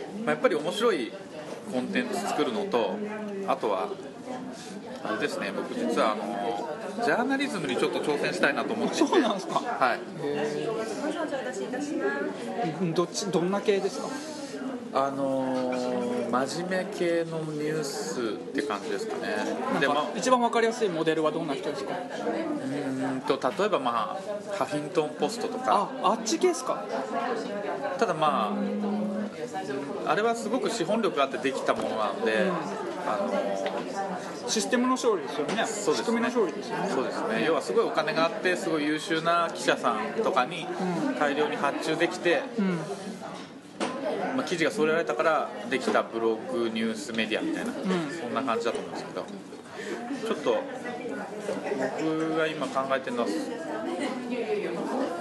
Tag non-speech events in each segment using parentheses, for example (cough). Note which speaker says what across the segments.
Speaker 1: まあ、やっぱり面白いコンテンツ作るのとあとはあれですね僕実はあのジャーナリズムにちょっと挑戦したいなと思っていて
Speaker 2: そうなんですか
Speaker 1: はい
Speaker 2: どっちどんな系ですか
Speaker 1: あのー真面目系のニュースって感じですかね
Speaker 2: なん
Speaker 1: でま
Speaker 2: か一番わかりやすいモデルはどんな人ですか
Speaker 1: うーんと例えばまあハフィントン・ポストとか
Speaker 2: ああっち系ですか
Speaker 1: ただまああれはすごく資本力があってできたものなんで、あの
Speaker 2: システムの勝利ですよね
Speaker 1: そうですね
Speaker 2: 仕組みの勝利ですよね
Speaker 1: そうですね要はすごいお金があってすごい優秀な記者さんとかに大量に発注できて、
Speaker 2: うん
Speaker 1: まあ、記事がそれられたからできたブログニュースメディアみたいな、
Speaker 2: ん
Speaker 1: そんな感じだと思うんですけどちょっと僕が今考えてるのは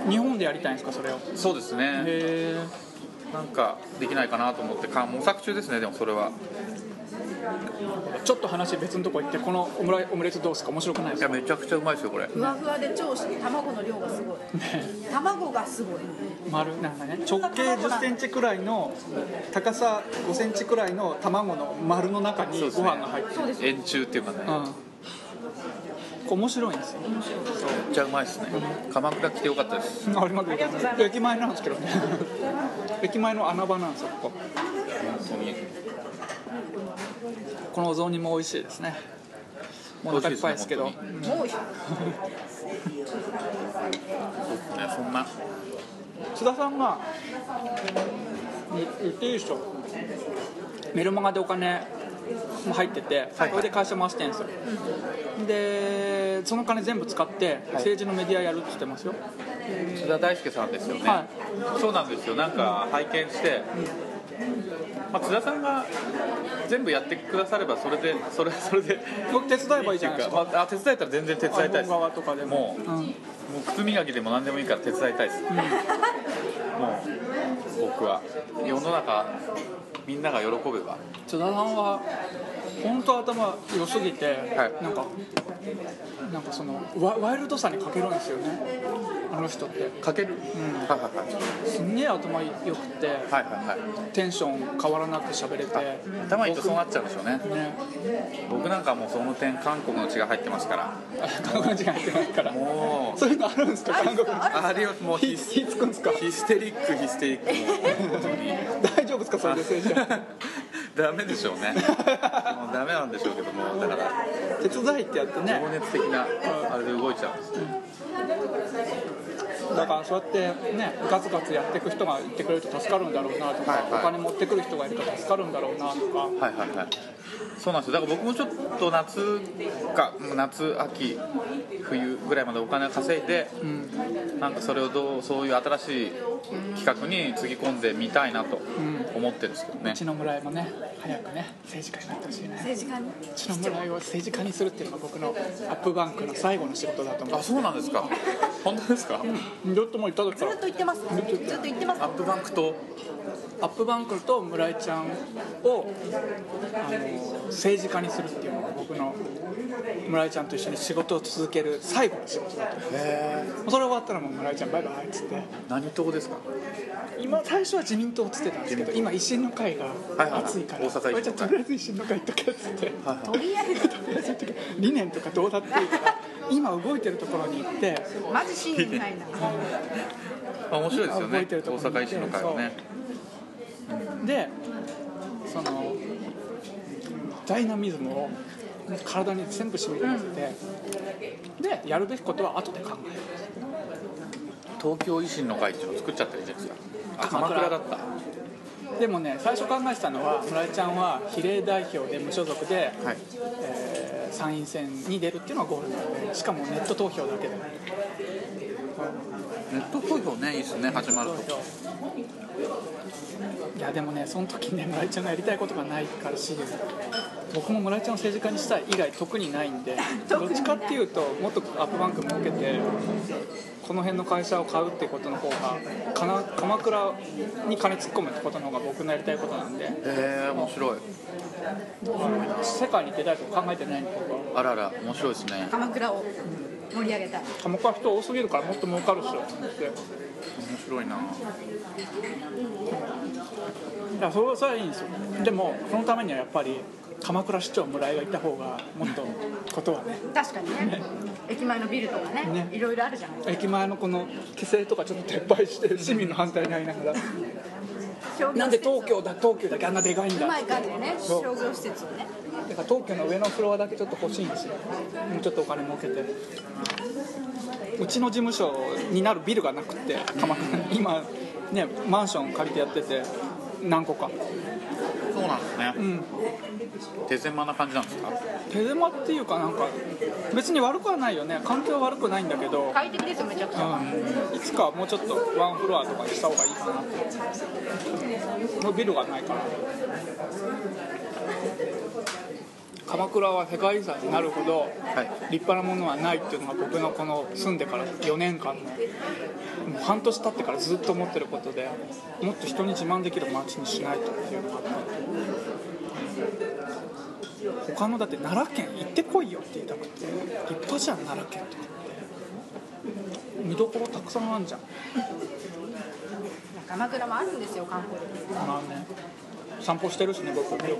Speaker 2: 日本でやりたいんですかそれをへ
Speaker 1: そうですね
Speaker 2: え
Speaker 1: なんかできないかなと思ってか模索中ですねでもそれは
Speaker 2: ちょっと話別のとこ行ってこのオムライオムレツどうですか面白くないで
Speaker 1: い
Speaker 2: す
Speaker 1: や
Speaker 2: か
Speaker 1: めちゃくちゃうまいですよこれ
Speaker 3: ふわふわで超し卵の量がすごい卵がすごい
Speaker 2: 丸なんかね直径1 0ンチくらいの高さ5センチくらいの卵の丸の中に
Speaker 1: そ
Speaker 2: ご
Speaker 1: うですね
Speaker 2: 飯が入ってる
Speaker 3: そうです
Speaker 1: 円柱っていうかね、めっ
Speaker 2: うん面白いんですよ
Speaker 1: ちゃうまいですね鎌倉来てよかったです
Speaker 2: ありがとうございます駅前なんですけどね駅前の穴場なんですよここ
Speaker 1: 本当に
Speaker 2: このお雑煮も美味しいですねもうお腹いっぱいですけ
Speaker 1: 美
Speaker 2: ど
Speaker 1: 味しいです
Speaker 3: もう
Speaker 1: そうですねそんな
Speaker 2: 津田さんがに言っていいでしょメルマガでお金も入ってて、
Speaker 1: はい
Speaker 2: それで会社回してるんですよ、でその金全部使って政治のメディアやるって言ってますよ、
Speaker 1: 津田大輔さんですよね、
Speaker 2: は
Speaker 1: そうなんですよなんか拝見して、まあ、津田さんが全部やってくださればそれでそれはそれで
Speaker 2: 僕手伝えばいいじゃないですか
Speaker 1: ってうまあ、あ手伝えたら全然手伝いたいです
Speaker 2: アルバム側とかでも
Speaker 1: もう,、もう靴磨きでも何でもいいから手伝いたいです、もう僕は世の中みんなが喜べば
Speaker 2: 津田さんは本当頭良すぎて、
Speaker 1: い
Speaker 2: なんかなんかそのワワイルドさに欠けるんですよねあの人って
Speaker 1: かける、はいはいはい
Speaker 2: すんげえ頭良くて、
Speaker 1: はいはいは
Speaker 2: テンション変わらなく喋れて
Speaker 1: い頭いいとそうなっちゃうんでしょうね
Speaker 2: ね
Speaker 1: 僕なんかはもうその点韓国の血が入ってますから
Speaker 2: あ韓国人入ってないから
Speaker 1: もう
Speaker 2: そういうのあるんですか韓国
Speaker 3: あ
Speaker 1: あれはもう
Speaker 2: 火火つくんですか
Speaker 1: ヒステリックヒステリック
Speaker 2: 大丈夫ですかそれで先生
Speaker 1: ダメでしょうねもうダメなんでしょうけどもだから
Speaker 2: (laughs) 手伝いってやってね
Speaker 1: 情熱的なあれで動いちゃうんです
Speaker 2: だからそうやってねガツガツやっていく人がいてくれると助かるんだろうなとか、
Speaker 1: はいはい
Speaker 2: お金持ってくる人がいると助かるんだろうなとか
Speaker 1: はいはいはいそうなんですよだから僕もちょっと夏か夏秋冬ぐらいまでお金を稼いで、なんかそれをどうそういう新しい企画につぎ込んでみたいなと思ってるんですけどね
Speaker 2: う、ちの村井もね早くね政治家になってほしいね
Speaker 3: 政治家に
Speaker 2: うちの村井を政治家にするっていうのが僕のアップバンクの最後の仕事だと思う
Speaker 1: あそうなんですか本当ですか、
Speaker 2: ちょっともう言った時
Speaker 3: ず
Speaker 2: か
Speaker 3: っ
Speaker 2: ら
Speaker 3: と言ってますずっと言ってます
Speaker 1: アップバンクと
Speaker 2: アップバンクと村井ちゃんをあの政治家にするっていうのが僕の村井ちゃんと一緒に仕事を続ける最後の仕事だとそれ終わったらもう村井ちゃんバイバイっつって
Speaker 1: 何党ですか
Speaker 2: 今最初は自民党っつってたんですけど
Speaker 1: 自民
Speaker 2: 今維新の会が
Speaker 1: いはい
Speaker 2: 熱いから、
Speaker 1: 大阪維新の会
Speaker 2: 俺じゃあとりあえず維新の会とかっつって、
Speaker 3: とりあえず
Speaker 2: とりあえずとか理念とかどうだっていいから今動いてるところに行って
Speaker 3: マジ真意ないな
Speaker 1: あ面白いですよ
Speaker 2: 覚え
Speaker 1: ね
Speaker 2: て
Speaker 1: 大
Speaker 2: るとこ
Speaker 1: 阪維新の会はね
Speaker 2: でそのダイナミズムを体に全部染み込ませて、でやるべきことは後で考える
Speaker 1: 東京維新の会っていうのを作っちゃってるじゃないですかあ鎌
Speaker 2: 鎌倉
Speaker 1: 倉だった
Speaker 2: でもね最初考えてたのは村井ちゃんは比例代表で無所属で、
Speaker 1: はい
Speaker 2: えー参院選に出るっていうのがゴールなのでしかもネット投票だけで
Speaker 1: ネット投票ねいいですね始まる
Speaker 2: 投
Speaker 1: と
Speaker 2: 票いやでもねその時ね村井ちゃんがやりたいことがないからし僕も村井ちゃんを政治家にしたい以外特にないんでど
Speaker 3: (laughs)
Speaker 2: っ
Speaker 3: 特にな
Speaker 2: ち
Speaker 3: い
Speaker 2: かっていうともっとアップバンク設けてこの辺の会社を買うってことの方がかな鎌倉に金突っ込むってことの方が僕のやりたいことなんで
Speaker 1: へえ面白い
Speaker 2: 世界に出たいとか考えてないんで僕は
Speaker 1: あらら面白いですね
Speaker 3: 鎌倉を盛り上げたい
Speaker 2: 鎌倉人多すぎるからもっと儲かるっしょって
Speaker 1: 面白いな
Speaker 2: だからそれはそれはいいんですよでもそのためにはやっぱり鎌倉市長村井がいた方がもっとことはね
Speaker 3: 確かにね駅前のビルとかね
Speaker 2: ね
Speaker 3: いろいろあるじゃない
Speaker 2: 駅前のこの規制とかちょっと撤廃して市民の反対にありながらなんで東京だ東京だけあんなでかいんだ
Speaker 3: うま
Speaker 2: だ
Speaker 3: い
Speaker 2: か
Speaker 3: 感じでね商業施設をね
Speaker 2: ら東京の上のフロアだけちょっと欲しいんですよもうちょっとお金儲けてうちの事務所になるビルがなくて鎌倉に今ねマンション借りてやってて何個か
Speaker 1: そうなんですね
Speaker 2: うん
Speaker 1: 手狭な感じなんですか
Speaker 2: 手狭っていうかなんか別に悪くはないよね環境は悪くないんだけど
Speaker 3: 快適ですよめちゃくちゃ
Speaker 2: うんいつかはもうちょっとワンフロアとかにした方がいいかなってもうビルがないから鎌倉は世界遺産になるほど
Speaker 1: はい
Speaker 2: 立派なものはないっていうのが僕のこの住んでから4年間のもう半年経ってからずっと思ってることでもっと人に自慢できる街にしないとっていうのがあって他のだって奈良県行ってこいよって言いたくて立派じゃん奈良県とかって見どころたくさんあるじゃん
Speaker 3: 鎌倉もあるんですよ観光で
Speaker 2: まあね散歩してるしね僕で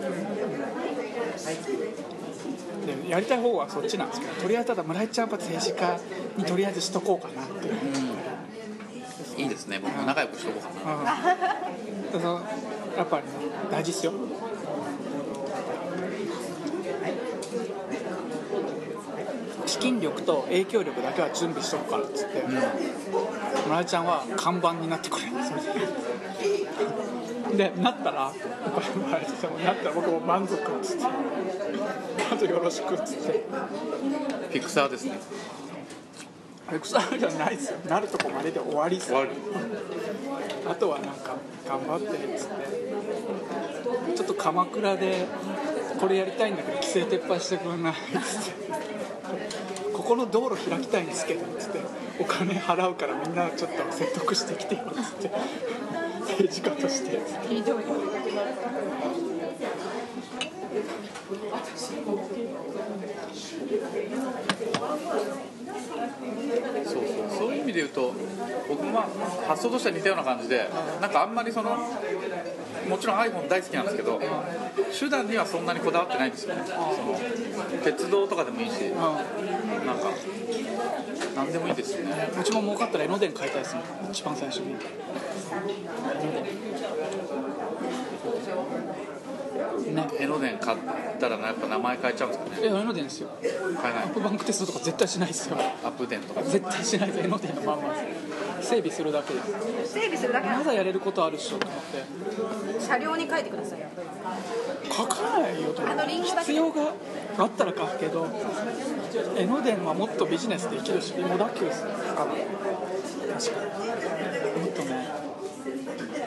Speaker 2: やりたい方はそっちなんですけどとりあえずただ村井ちゃんは政治家にとりあえずしとこうかなっていう
Speaker 1: いいですね僕も仲良くしとこうかな
Speaker 2: うんそのやっぱりね大事っすよ資金力と影響力だけは準備しとくからっつって、村井ちゃんは看板になってくれるんですよでなったらやっぱり村井ちゃんもなったら僕も満足っつってあとよろしくっつって
Speaker 1: ピクサーですね
Speaker 2: あれ草じゃないっすよなるとこまでで終わりっす
Speaker 1: 終わる
Speaker 2: あとはなんか頑張ってっつってちょっと鎌倉でこれやりたいんだけど規制撤廃してくれないっつってここの道路開きたいんですけどっつってお金払うからみんなちょっと説得してきてよっつって政治家としてっつって
Speaker 3: ひどい
Speaker 1: そうそうそういう意味で言うと僕もまあ発想としては似たような感じでなんかあんまりそのもちろん iPhone 大好きなんですけど手段にはそんなにこだわってないんですよねその鉄道とかでもいいし
Speaker 2: う
Speaker 1: なんか何でもいいですよね
Speaker 2: んうちも儲かったら江ノ電買いたいですね一番最初にね
Speaker 1: 江ノ電買ったらやっぱ名前変えちゃうんですかね
Speaker 2: え江ノ電ですよ
Speaker 1: 変えない
Speaker 2: アップバンクテストとか絶対しないですよ
Speaker 1: アップデートとか
Speaker 2: 絶対しないです江ノ電のまんまです整備するだけです
Speaker 3: 整備するだけな
Speaker 2: ま
Speaker 3: の
Speaker 2: だやれることあるっしょと思って
Speaker 3: 車両に書いてくださいよ
Speaker 2: 書かないよと思っ
Speaker 3: あのリン
Speaker 2: て
Speaker 3: ゴだけ
Speaker 2: 必要があったら書くけど江ノ電はもっとビジネスできるしモダキュースかな確かにもっとね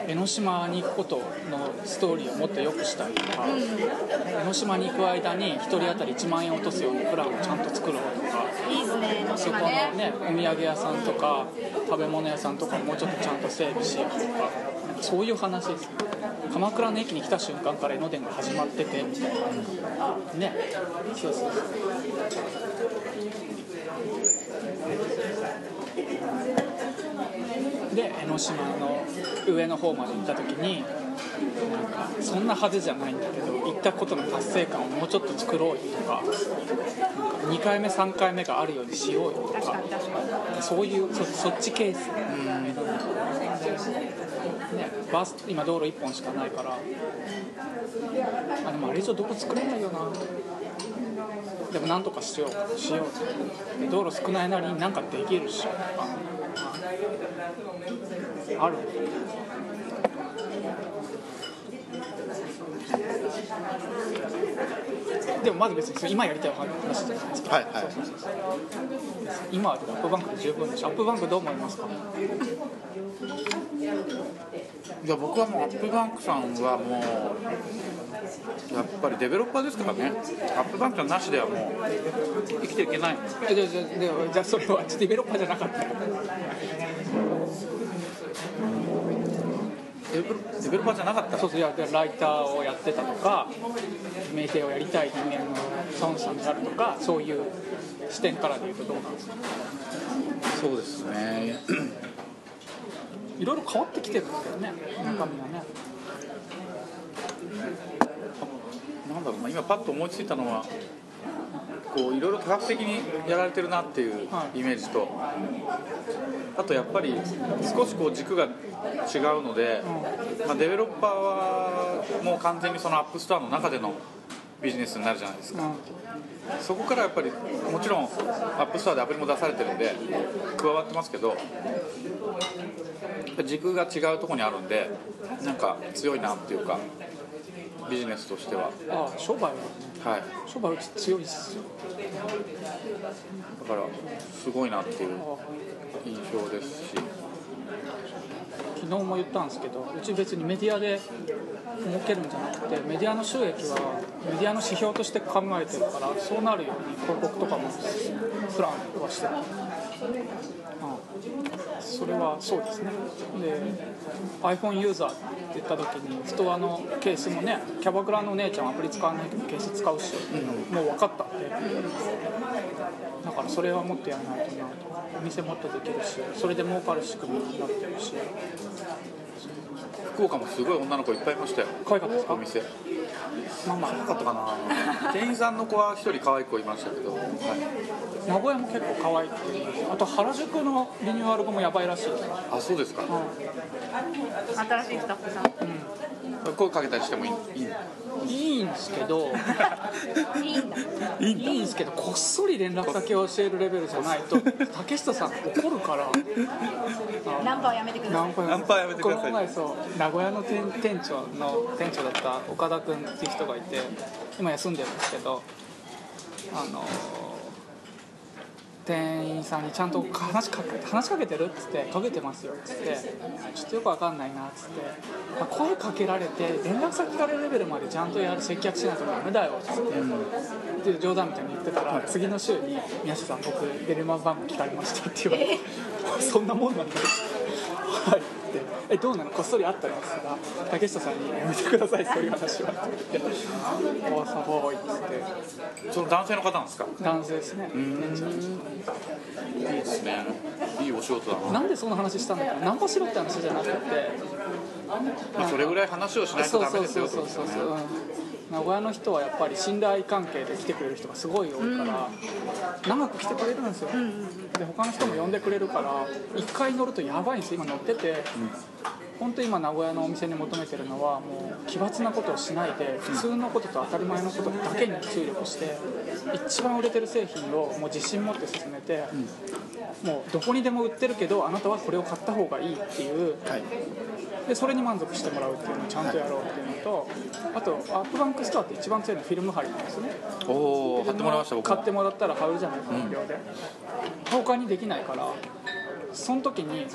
Speaker 2: 江ノ島に行くことのストーリーをもっと良くしたいとか、江ノ島に行く間に1人当たり1万円落とすようなプランをちゃんと作ろうとか
Speaker 3: いいですね江ノ
Speaker 2: そこ
Speaker 3: 島
Speaker 2: の
Speaker 3: ね
Speaker 2: ねお土産屋さんとか食べ物屋さんとかもうちょっとちゃんと整備しようとかそういう話です鎌倉の駅に来た瞬間から江ノ電が始まっててみたいなねそうそうそうで江ノ島の上の方まで行った時になんかそんな派手じゃないんだけど行ったことの達成感をもうちょっと作ろうよとかなんか2回目3回目があるようにしようよと
Speaker 3: 確か
Speaker 2: か
Speaker 3: に確かに
Speaker 2: そういうそそっちケースねバス今道路1本しかないからあでもあれ以上どこ作れないよなでもなんとかしようしようで道路少ないなりになんかできるっしょとかあるでもまず別にそれ今やりたい話じゃないですか
Speaker 1: はいはい
Speaker 2: 今はでもアップバンクで十分でしょアップバンクどう思いますか
Speaker 1: いや僕はもうアップバンクさんはもうやっぱりデベロッパーですからねアップバンクさんなしではもう生きていけない
Speaker 2: えじゃあじゃあじゃあじゃあそれはデベロッパーじゃなかった
Speaker 1: デベロデベロッパーじゃなかった
Speaker 2: そうそういやでライターをやってたとか名声をやりたい人間の孫さんであるとかそういう視点からでいうとどうなんですか
Speaker 1: そうですね
Speaker 2: いろいろ変わってきてるんですけどね中身はね、
Speaker 1: なんだろうな今パッと思いついたのはこういろいろ多角的にやられてるなっていう
Speaker 2: はい
Speaker 1: イメージと、あとやっぱり少しこう軸が違うので、まあ、デベロッパーはもう完全にそのアップストアの中でのビジネスになるじゃないですかそこからやっぱりもちろんアップストアでアプリも出されてるんで加わってますけど軸が違うところにあるんでなんか強いなっていうかビジネスとしては。
Speaker 2: うん、ああ商売はね
Speaker 1: はい
Speaker 2: 商売うち強いですよ
Speaker 1: だからすごいなっていう印象ですし、
Speaker 2: 昨日も言ったんですけどうち別にメディアで儲けるんじゃなくてメディアの収益はメディアの指標として考えてるからそうなるように広告とかもプランはしてる、うん、それはそうですねで iPhone ユーザーって言った時にストアのケースもねキャバクラのお姉ちゃんアプリ使わないけどケース使うし、もう分かったんでだからそれはもっとやらないとなお店もっとできるしそれで儲かる仕組みになってるし
Speaker 1: 福岡もすごい女の子いっぱいいましたよ、
Speaker 2: 可愛かったですか
Speaker 1: お店。
Speaker 2: まあまあ
Speaker 1: なかったかな、 (laughs) 店員さんの子は一人可愛い子いましたけど、はい、
Speaker 2: 名古屋も結構可愛いあと原宿のリニューアル後もやばいらしいです
Speaker 1: あそうですか、
Speaker 3: 新しいスタッフさん
Speaker 1: 声かけたりしてもいいいい
Speaker 2: いいんですけど
Speaker 3: いいんだ
Speaker 2: いいんですけどこっそり連絡先を教えるレベルじゃないと竹下さん怒るから
Speaker 3: ナンバーやめてください
Speaker 2: 何パ
Speaker 1: ナンパやめてください
Speaker 2: この前そう名古屋の店店長の店長だった岡田君っていう人がいて今休んでるんですけどあの店員さんにちゃんと話しかけ話しかけてるっつって「かけてますよ」っつって「ちょっとよくわかんないな」っつってまあ声かけられて連絡先からレベルまでちゃんとやる接客しないとダメだよっつってっていう冗談みたいに言ってたら次の週に「宮下さん僕デルマン番号聞かれました」って言われて「そんなもんなんだ」はい」って「えどうなのこっそり会ったりもしたら竹下さんに「やめてくださいそういう話は」って言って「おーさぼーい」っつって
Speaker 1: その男性の方なんですか、
Speaker 2: 男性ですね
Speaker 1: いいですね、いいお仕事だな、
Speaker 2: なんでその話したんだろう何かしろって話じゃなくて
Speaker 1: まあそれぐらい話をしないと
Speaker 2: そう
Speaker 1: ダメ
Speaker 2: そう
Speaker 1: です
Speaker 2: そ
Speaker 1: よ
Speaker 2: う
Speaker 1: って
Speaker 2: そ
Speaker 1: こと
Speaker 2: うそう
Speaker 1: です
Speaker 2: そう、
Speaker 1: よね、
Speaker 2: うん、名古屋の人はやっぱり信頼関係で来てくれる人がすごい多いから、長く来てくれるんですよ、で他の人も呼んでくれるから1回乗るとやばいんですよ今乗ってて、本当今名古屋のお店に求めてるのはもう奇抜なことをしないで普通のことと当たり前のことだけに注力して一番売れてる製品をもう自信持って進めて、もうどこにでも売ってるけどあなたはこれを買った方がいいっていう
Speaker 1: はい、
Speaker 2: でそれに満足してもらうっていうのをちゃんとやろうっていうのと、あとアップバンクストアって一番強いのはフィルム貼りなんですね
Speaker 1: おお、貼ってもらいました、僕
Speaker 2: 買っ
Speaker 1: も、
Speaker 2: てもらったら貼るじゃないですか無料で、他にできないからその時にえ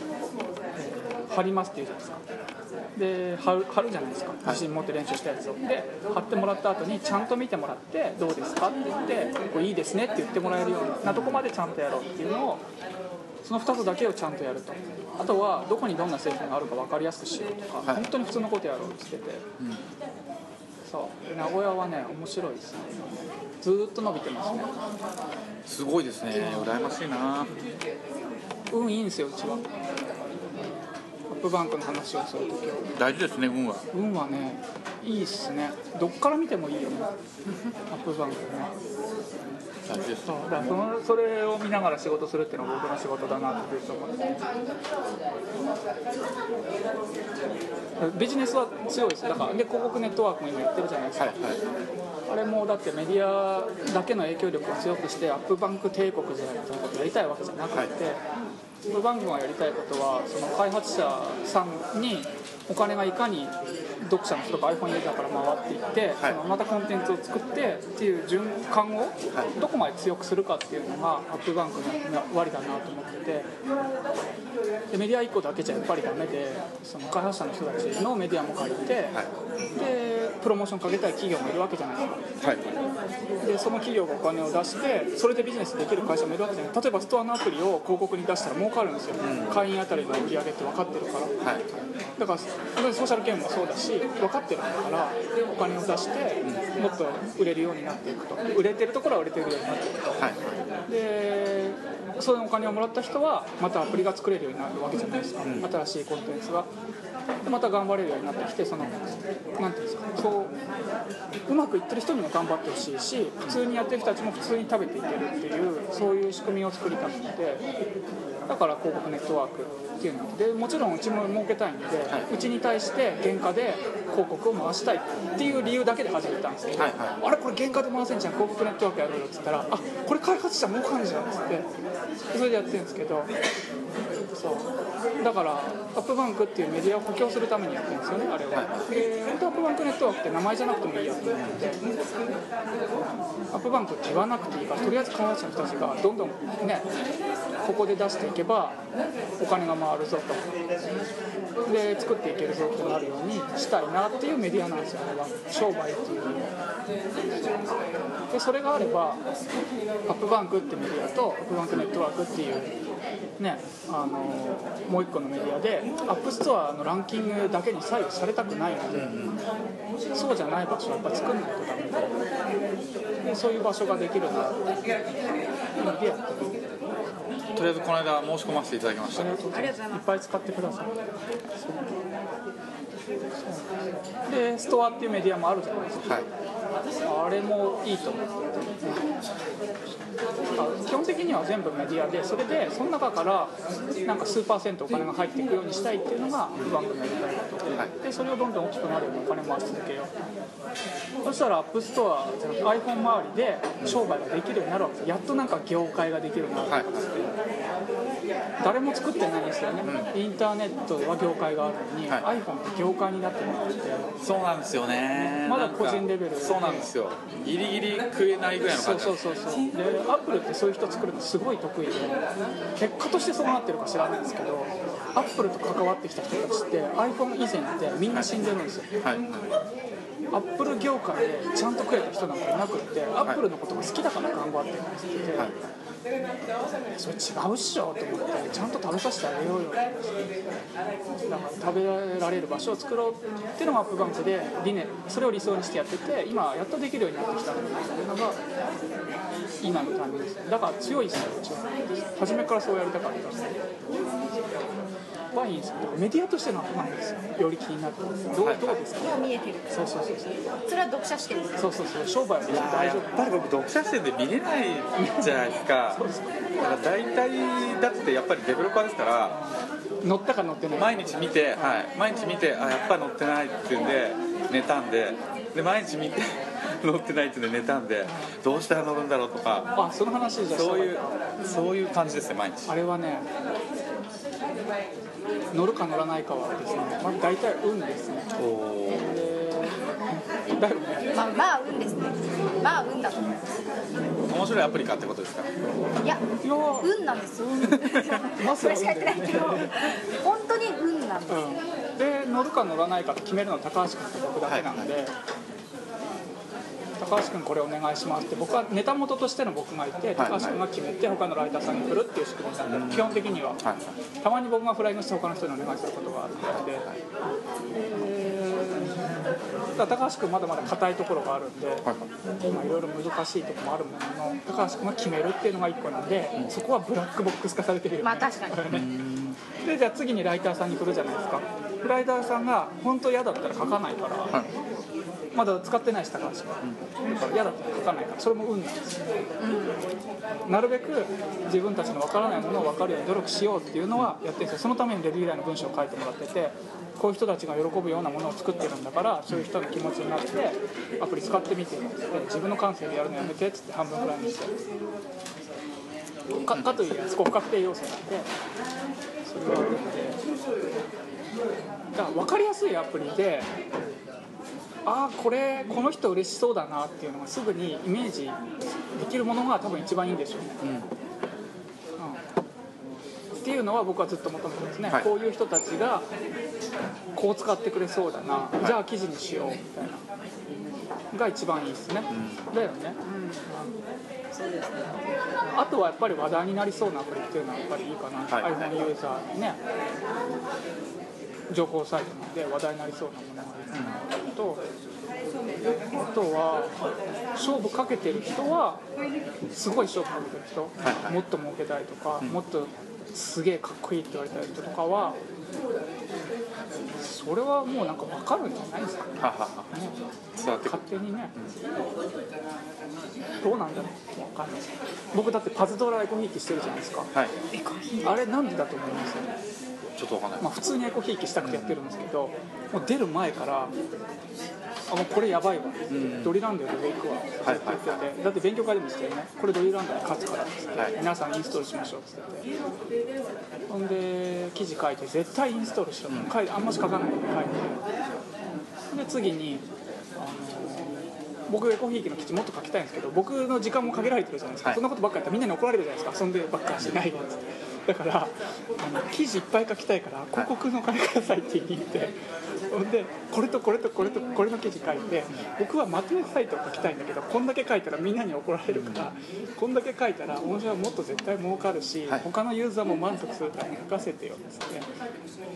Speaker 2: ー貼りますって言うじゃないですかで貼る貼るじゃないですか自信持って練習したやつをで貼ってもらった後にちゃんと見てもらってどうですかって言ってこういいですねって言ってもらえるようなとこまでちゃんとやろうっていうのをその2つだけをちゃんとやるとあとはどこにどんな製品があるか分かりやすくしようとか、
Speaker 1: はい
Speaker 2: 本当に普通のことやろうってしてて、そうで名古屋はね面白いですねずーっと伸びてますね
Speaker 1: すごいですね、羨ましいな、
Speaker 2: 運いいんですようちはアップバンクの話をするときは
Speaker 1: 大事ですね、運は。
Speaker 2: 運はねいいっすねどっから見てもいいよねアップバンクね
Speaker 1: 大事です
Speaker 2: そうだからそのそれを見ながら仕事するっていうのが僕の仕事だなってずっと思ってビジネスは強いですだからで広告ネットワークも今やってるじゃないですか、
Speaker 1: はいはい、
Speaker 2: あれもだってメディアだけの影響力を強くしてアップバンク帝国じゃないということをやりたいわけじゃなくて、
Speaker 1: はい
Speaker 2: アップバンクがやりたいことはその開発者さんにお金がいかに読者の人とか iPhone ユーザーから回っていって、
Speaker 1: はい
Speaker 2: そのまたコンテンツを作ってっていう循環を
Speaker 1: い
Speaker 2: どこまで強くするかっていうのがアップバンクの役割だなと思ってて。でメディア1個だけじゃやっぱりダメでその開発者の人たちのメディアも借りて、でプロモーションかけたい企業もいるわけじゃないですか
Speaker 1: はい、
Speaker 2: でその企業がお金を出してそれでビジネスできる会社もいるわけじゃない例えばストアのアプリを広告に出したら儲かるんですよ、会員あたりの売り上げって分かってるから
Speaker 1: はい、
Speaker 2: だからソーシャルゲームもそうだし分かってるんだからお金を出してもっと売れるようになっていくと売れてるところは売れてるようになっていく
Speaker 1: はい、
Speaker 2: でそのお金をもらった人はまたアプリが作れるようになるわけじゃないですか、新しいコンテンツがでまた頑張れるようになってきてそのなんていうんですかそううまくいってる人にも頑張ってほしいし普通にやってる人たちも普通に食べていけるっていうそういう仕組みを作りたくてだから広告ネットワークっていうのでもちろんうちも儲けたいんで、うちに対して原価で広告を回したいっていう理由だけで始めたんですけど、
Speaker 1: はいは
Speaker 2: あれこれ原価で回せんじゃん広告ネットワークやろうよっつったらあこれ開発者儲かんじゃんっつってそれでやってるんですけどそうだからアップバンクっていうメディアを補強するためにやってるんですよねあれは、で本当はアップバンクネットワークって名前じゃなくてもいいやと思っててアップバンクって言わなくていいからとりあえず開発者の人たちがどんどんねここで出していけばお金が回るぞとで作っていけるぞとなるようにしたいなっていうメディアなんですよね商売っていうのはでそれがあればアップバンクってメディアとアップバンクネットワークっていうねあのもう一個のメディアでアップストアのランキングだけに左右されたくないので、そうじゃない場所はやっぱ作んないとダメででそういう場所ができるなっていうのでやってます
Speaker 1: とりあえずこの間申し込ませていただきました
Speaker 2: ありがとうございます。いっぱい使ってください。そうで、ストアっていうメディアもあるじゃないですか。
Speaker 1: はい
Speaker 2: あれもいいと思ってて。基本的には全部メディアで、それでその中からなんか数パーセントお金が入っていくようにしたいっていうのが不安のメディアだと、
Speaker 1: はい
Speaker 2: でそれをどんどん大きくなるようにお金回し続けよう。そしたらアップストアじゃなくて iPhone 周りで商売ができるようになるわけ。やっとなんか業界ができるようになる。
Speaker 1: はい
Speaker 2: 誰も作ってないんですよね、インターネットは業界があるのに、
Speaker 1: はい
Speaker 2: iPhone って業界になってなくて
Speaker 1: そうなんですよね
Speaker 2: まだ
Speaker 1: なんか
Speaker 2: 個人レベル
Speaker 1: そうなんですよギリギリ食えないぐらいの
Speaker 2: そ
Speaker 1: 感
Speaker 2: う
Speaker 1: じ
Speaker 2: そうそうそうでアップルってそういう人作るのすごい得意で結果としてそうなってるか知らないんですけどアップルと関わってきた人たちって iPhone 以前ってみんな死んでるんですよ
Speaker 1: はい
Speaker 2: アップル業界でちゃんと食えた人なんかいなくってアップルのことが好きだから頑張ってるんですって言って、
Speaker 1: はい
Speaker 2: それ違うっしょと思ってちゃんと食べさせてあげようよだから食べられる場所を作ろうっていうのがアップバンクで理念それを理想にしてやってて今やっとできるようになってきたっていうのが今の感じですだから強いですようちは初めからそうやりたかったんですワインさんメディアとしてのアップバンクですよより気になってますどう
Speaker 1: はい
Speaker 2: どうですか
Speaker 3: もう見えてる
Speaker 2: そうそうそうそう
Speaker 3: それは読者視点です
Speaker 2: そうそうそう商売は別に大
Speaker 1: や
Speaker 2: 丈
Speaker 1: っ
Speaker 2: 夫
Speaker 1: ぱり僕読者視点で見れないじゃないですかだから大体だってやっぱりデベロッパーですから
Speaker 2: 乗ったか乗ってないか
Speaker 1: 毎日見て、はい、毎日見てあやっぱ乗ってないっていうんで寝たんでで毎日見て (laughs) 乗ってないっていうんで寝たんでどうしたら乗るんだろうとか
Speaker 2: あその話じゃあ
Speaker 1: そういううそういう感じですね毎日
Speaker 2: あれはね乗るか乗らないかはですね、まあ、大体運ですね
Speaker 1: おお
Speaker 2: だよね
Speaker 3: まあまあ運ですねまあ運だと思います
Speaker 1: 面白いアプリかってことですか
Speaker 3: いや
Speaker 2: いやー
Speaker 3: 運なんですよ
Speaker 2: ま
Speaker 3: そ
Speaker 2: さ
Speaker 3: れ
Speaker 2: に
Speaker 3: しか言ってないけど本当に運なんです
Speaker 2: うん、で乗るか乗らないかって決めるのは高橋君と僕だけなんで、高橋君これお願いしますって僕はネタ元としての僕がいて高橋君が決めて他のライターさんに振るっていう仕組みなんで、基本的には、
Speaker 1: はい
Speaker 2: たまに僕がフライングして他の人にお願いすることがあるので、えーだから高橋君まだまだ硬いところがあるんで、今いろいろ難しいところもあるものの高橋君が決めるっていうのが一個なんで、そこはブラックボックス化されてるよね
Speaker 3: まあ確かに
Speaker 2: でじゃあ次にライターさんに振るじゃないですかライターさんが本当嫌だったら書かないから、まだ使ってないし高橋君、だから嫌だったら書かないからそれも運なんですよ、なるべく自分たちの分からないものを分かるように努力しようっていうのはやってるんですよそのためにレビュー以外の文章を書いてもらっててこういう人たちが喜ぶようなものを作ってるんだからそういう人の気持ちになってアプリ使ってみてよって自分の感性でやるのやめてっつって半分くらいにしてかかというよりそこ不確定要素なんでそれはあるんでだから分かりやすいアプリでああこれこの人嬉しそうだなっていうのがすぐにイメージできるものが多分一番いいんでしょうね、うんっていうのは僕はずっと求めてますね、
Speaker 1: はい
Speaker 2: こういう人たちがこう使ってくれそうだな、
Speaker 1: い
Speaker 2: じゃあ記事にしようみたいなが一番いいですね、だよね、あとはやっぱり話題になりそうなアプリっていうのはやっぱりいいかな、
Speaker 1: はい
Speaker 2: iPhone ユーザーにね情報サイトなんで話題になりそうなものがいいかなと、あとは勝負かけてる人はすごい勝負かけてる人、
Speaker 1: はいはい
Speaker 2: もっと儲けたいとか、もっとすげえかっこいいって言われた人とかはそれはもうなんか分かるんじゃないですかね
Speaker 1: ははは伝わってく
Speaker 2: 勝手にねどうなんだろう分かんない僕だってパズドラエコひいきしてるじゃないですか
Speaker 1: はい
Speaker 2: あれなんでだと思います
Speaker 1: ちょっとわかんない
Speaker 2: まあ、普通にエコひいきしたくてやってるんですけど、もう出る前から、あもうこれやばいわ、ドリランドより上行くわ、
Speaker 1: はい
Speaker 2: ずっと言っててだって勉強会でもしてるね、これドリランドに勝つからっつって、
Speaker 1: はい
Speaker 2: 皆さんインストールしましょうっつってて、ほんで、記事書いて、絶対インストールしろ、書いてあんまし書かないで書いて、で次に、あの僕、エコひいきの記事もっと書きたいんですけど、僕の時間も限られてるじゃないですか、
Speaker 1: はい
Speaker 2: そんなことばっかりやったらみんなに怒られるじゃないですか、遊んでばっかりしてないやつ。だからあの記事いっぱい書きたいから広告のお金くださいって言いに行ってほんでこれとこれとこれとこれの記事書いて僕はまとめサイトを書きたいんだけどこんだけ書いたらみんなに怒られるからこんだけ書いたら御社はもっと絶対儲かるし
Speaker 1: はい
Speaker 2: 他のユーザーも満足するから書かせてよっつって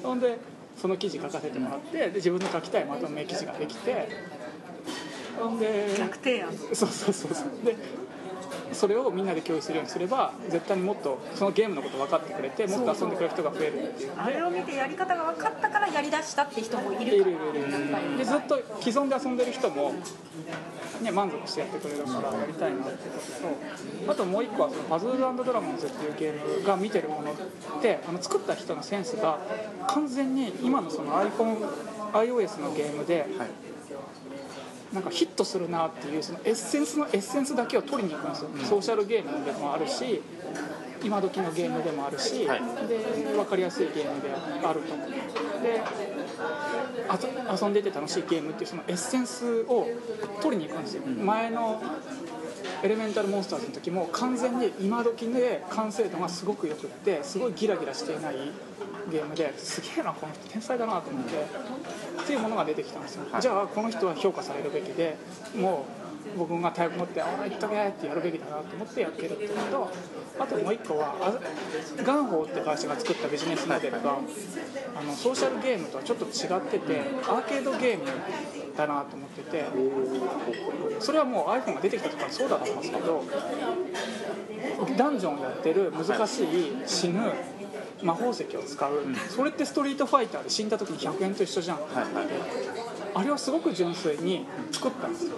Speaker 2: ほんでその記事書かせてもらってで自分の書きたいまとめ記事ができてほんで
Speaker 3: 逆提案
Speaker 2: そうそうそうそうでそれをみんなで共有するようにすれば絶対にもっとそのゲームのこと分かってくれてもっと遊んでくれる人が増えるっていう
Speaker 3: あれを見てやり方が分かったからやりだしたって人もい
Speaker 2: い
Speaker 3: る
Speaker 2: る
Speaker 3: か
Speaker 2: いるいる
Speaker 3: らやっぱり
Speaker 2: でずっと既存で遊んでる人も、ね、満足してやってくれるからやりたいなってこととあともう一個はその「パズルドラゴンズ」っていうゲームが見てるものってあの作った人のセンスが完全に今のその iPhoneiOS のゲームで
Speaker 1: はい
Speaker 2: なんかヒットするなっていうそのエッセンスのエッセンスだけを取りに行くんですよ、ソーシャルゲームでもあるし今時のゲームでもあるし、
Speaker 1: はい
Speaker 2: で分かりやすいゲームであるとであと遊んでて楽しいゲームっていうそのエッセンスを取りに行くんですよ、前のエレメンタルモンスターズの時も完全に今時で完成度がすごく良くってすごいギラギラしていないゲームですげえなこの人天才だなと思ってっていうものが出てきたんですよ、
Speaker 1: はい
Speaker 2: じゃあこの人は評価されるべきでもう僕が太鼓持って「ああ言っとけ」ってやるべきだなと思ってやってるっていうのとあともう一個はあガンホーって会社が作ったビジネスモデルがあのソーシャルゲームとはちょっと違っててアーケードゲームだなと思っててそれはもう iPhone が出てきた時からそうだったんですけどダンジョンをやってる難しい死ぬ魔法石を使う、それってストリートファイターで死んだ時に100円と一緒じゃん
Speaker 1: はいはい
Speaker 2: あれをすごく純粋に作ったんですよ、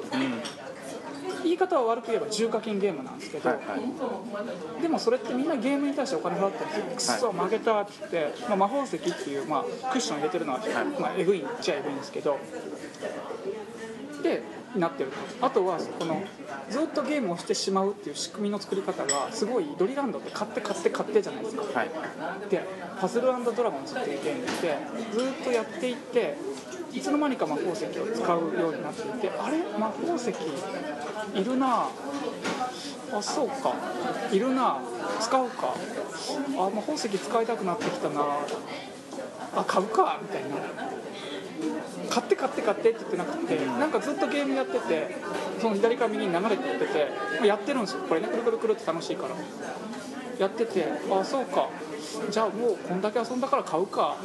Speaker 2: 言い方は悪く言えば重課金ゲームなんですけど、
Speaker 1: はいはい
Speaker 2: でもそれってみんなゲームに対してお金払ってるんですよ、くっそ負けたっつって、まあ、魔法石っていう、まあ、クッション入れてるのは、まあ、えぐいっちゃえぐいんですけどでなってるとあとはこのずっとゲームをしてしまうっていう仕組みの作り方がすごいドリランドって買って買って買ってじゃないですか
Speaker 1: はい
Speaker 2: で「パズルドラゴンズ」っていうゲームってずーっとやっていっていつの間にか魔法石を使うようになっていてあれ魔法石いるなあそうかいるな使うかあ魔法石使いたくなってきたなあ買うかみたいな買って買って買ってって言ってなくてなんかずっとゲームやっててその左から右に流れてっててまあやってるんですよこれねくるくるくるって楽しいからやっててあそうかじゃあもうこんだけ遊んだから買うか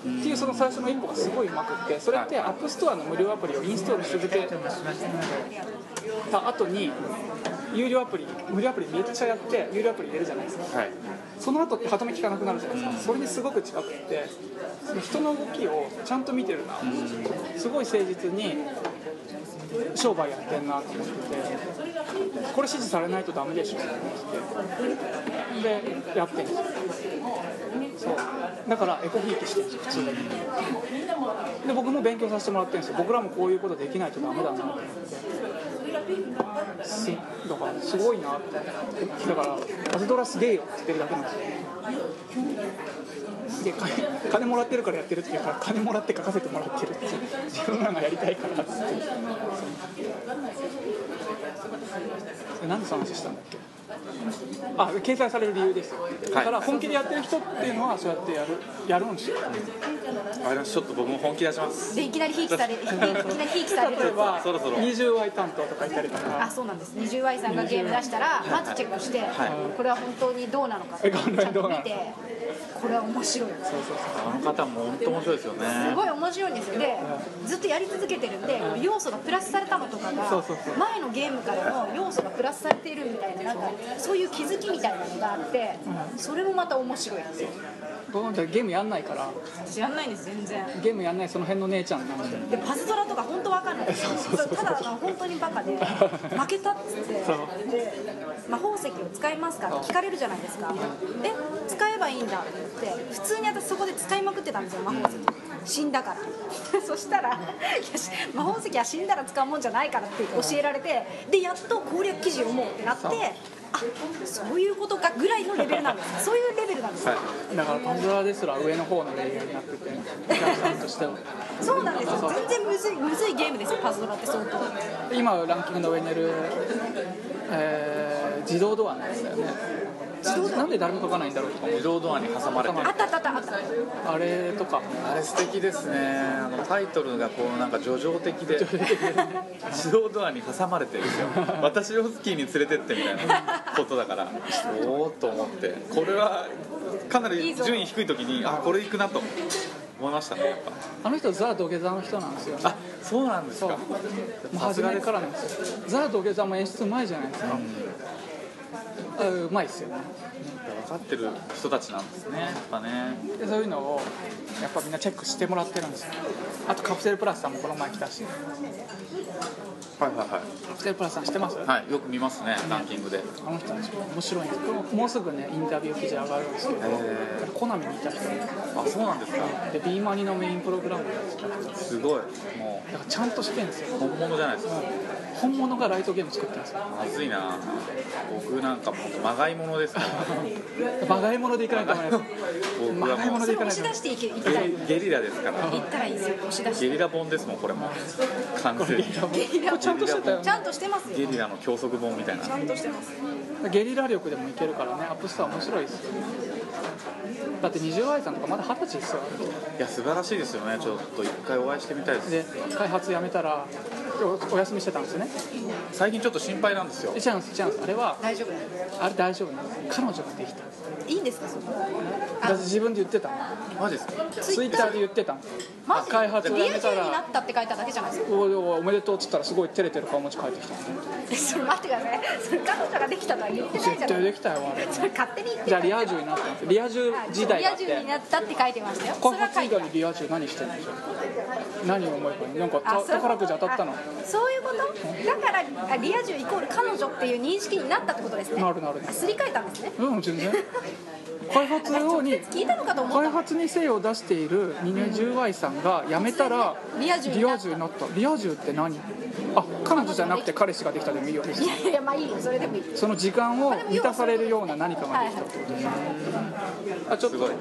Speaker 2: っていうその最初の一歩がすごいうまくってそれってアップストアの無料アプリをインストールし続けた後に有料アプリ無料アプリめっちゃやって有料アプリ入れるじゃないですか
Speaker 1: はい
Speaker 2: その後って歯止め効かなくなるじゃないですかそれにすごく近くってその人の動きをちゃんと見てるなすごい誠実に商売やってんなと思っててこれ支持されないとダメでしょって思ってでやってるんですよそうだからエコひいきしてるんですよ普通にで僕も勉強させてもらってるんですよ僕らもこういうことできないとダメだなと思ってすだからすごいなってだから「パズドラすげえよ」って言ってるだけなんですよで金金もらってるからやってるっていうから金もらって書かせてもらってるって自分らがやりたいからっつってえなんでその話したんだっけあ掲載される理由ですよだから本気でやってる人っていうのはそうやってやるやるんですよ
Speaker 1: わかりましたちょっと僕も本気出します
Speaker 3: でいきなりひい (laughs) きされいきなりひいきされ
Speaker 2: 例え
Speaker 3: る
Speaker 2: ば
Speaker 1: そろそろ
Speaker 2: 20割担当とかいたりとか
Speaker 3: あそうなんです 20Y さんがゲーム出したらまずチェックして、これは本当にどうなのか
Speaker 2: えこれはどうなの
Speaker 3: ちゃんと見てこれは面白い
Speaker 2: そうそうそう
Speaker 1: あの方も本当面白いですよね
Speaker 3: すごい面白いんですよでずっとやり続けてるんで要素がプラスされたのとかが
Speaker 2: そうそうそう
Speaker 3: 前のゲームからの要素がプラスされているみたいななんかそういう気づきみたいなのがあってそれもまた面白いんですよ
Speaker 2: 僕もゲームやんないから
Speaker 3: 知らないんです全然
Speaker 2: ゲームやんないその辺の姉ちゃんなんで
Speaker 3: でパズドラとか本当わかんないですよただ本当にバカで負けたっつって
Speaker 2: そう
Speaker 3: で魔法石を使いますかって聞かれるじゃないですかえ使えばいいんだって言って普通に私そこで使いまくってたんですよ魔法石死んだから (laughs) そしたらいやし魔法石は死んだら使うもんじゃないからって教えられてでやっと攻略記事読もうってなって
Speaker 2: そう
Speaker 3: あそういうことかぐらいのレベルなんですそういうレベルなんですよ、
Speaker 1: はい
Speaker 2: だからパズドラですら上の方のレイヤーになっててお客さんとしては
Speaker 3: そうなんですよ全然むずいむずいゲームですよパズドラって相当
Speaker 2: 今ランキングの上にいる、えー自動ドアなんですよね
Speaker 3: 自動ドア
Speaker 2: なんで誰も書かないんだろうとか思う
Speaker 1: 自動ドアに挟まれて
Speaker 3: あったあったあったあった
Speaker 2: あれとか
Speaker 1: あれ素敵ですねあのタイトルがこうなんか叙情的で自動ドアに挟まれてるんですよ私をスキーに連れてってみたいなことだからおおっと思ってこれはかなり順位低い時にあこれいくなと思いましたねやっ
Speaker 2: あの人ザ・土下座の人なんですよ
Speaker 1: ぱあそうなんです
Speaker 2: そう
Speaker 1: か
Speaker 2: もう初めからなんですよザ・土下座も演出うまいじゃないですか、あうまいっすよね
Speaker 1: 分かってる人たちなんですねやっぱね
Speaker 2: でそういうのをやっぱみんなチェックしてもらってるんですよあとカプセルプラスさんもこの前来たし
Speaker 1: はいはいは
Speaker 2: カプセルプラスさん知ってます
Speaker 1: いはいよく見ますねランキングで
Speaker 2: あの人たちも面白いんですよもうすぐねインタビュー記事上がるんですけど
Speaker 1: へ
Speaker 2: コナミにいた人で
Speaker 1: あそうなんですか
Speaker 2: でビーマニのメインプログラムなんですよだか
Speaker 1: すごいも
Speaker 2: らちゃんとしてるんですよ
Speaker 1: う本物じゃないですか
Speaker 2: 本物がライトゲーム作ってるんですよ
Speaker 1: まずいな僕なんかもうまがいものですから
Speaker 2: まがいものでいかないとダメなんです
Speaker 1: 僕は
Speaker 2: まがい
Speaker 1: も
Speaker 2: もの
Speaker 1: う
Speaker 3: それを押し出していけいき
Speaker 1: ゲ
Speaker 3: たい
Speaker 1: リゲリラですから
Speaker 3: 行ったらいいですよ押し出し
Speaker 1: ゲ
Speaker 3: て
Speaker 1: リラ本ですもんこれも完全に
Speaker 3: ゲリラ
Speaker 2: これちゃんとしてたよ
Speaker 3: ちゃんとしてます
Speaker 1: ゲ
Speaker 3: よ
Speaker 1: リラの教則本みたいな
Speaker 3: ちゃんとしてます
Speaker 2: (laughs) ゲリラ力でもいけるからねアップスター面白いですよねだって二十愛さんとかまだ二十歳ですよ
Speaker 1: いや素晴らしいですよねちょっと一回お会いしてみたいです
Speaker 2: で開発やめたらおお休みしてたんですよね
Speaker 1: 最近ちょっと心配なんですよ
Speaker 2: え違うんです違うんですあれは
Speaker 3: 大丈夫なんです
Speaker 2: あれ大丈夫なんです彼女ができた
Speaker 3: いいんですかそこ
Speaker 2: だって自分で言ってたの
Speaker 1: マジですか
Speaker 2: ツイッターで言ってたの
Speaker 3: マジ
Speaker 2: 開発を
Speaker 3: リ
Speaker 2: や
Speaker 3: ア
Speaker 2: め
Speaker 3: 充
Speaker 2: た
Speaker 3: にな
Speaker 2: ら
Speaker 3: ったって書いただけじゃないですか
Speaker 2: おおおめでとうっつったらすごい照れてる顔持ち帰ってきた
Speaker 3: えそれ待ってくださいそれ彼女ができたとは言ってないじ
Speaker 2: 絶
Speaker 3: ゃな
Speaker 2: 対
Speaker 3: い
Speaker 2: できたよあれ
Speaker 3: それ勝手に言って
Speaker 2: じゃあ
Speaker 3: た
Speaker 2: リア充になったんですよリア充時代
Speaker 3: リ
Speaker 2: があ
Speaker 3: ア
Speaker 2: って
Speaker 3: 充になったって書いてましたよそ
Speaker 2: 開
Speaker 3: れは書
Speaker 2: 発
Speaker 3: い
Speaker 2: 以
Speaker 3: て
Speaker 2: 外にリア充何してるんですか何を思えばいいのなんか
Speaker 3: あ
Speaker 2: た宝くじ当たったの
Speaker 3: あそういうことだからあリア充イコール彼女っていう認識になったってことですね
Speaker 2: なるなる
Speaker 3: すり替えたんですね
Speaker 2: うん全 (laughs) 然開発用に
Speaker 3: 聞いたのかと思っ
Speaker 2: 開
Speaker 3: た
Speaker 2: 発に精を出している二年十愛さんが辞めたら
Speaker 3: リア充に
Speaker 2: リ
Speaker 3: な
Speaker 2: ア
Speaker 3: った
Speaker 2: 充になったリア充って何あ彼女じゃなくて彼氏ができたでもいいよ
Speaker 3: いやいやまあいいよそれでもいい
Speaker 2: その時間を満たされるような何かができたってことあちょっ
Speaker 1: すごい
Speaker 2: と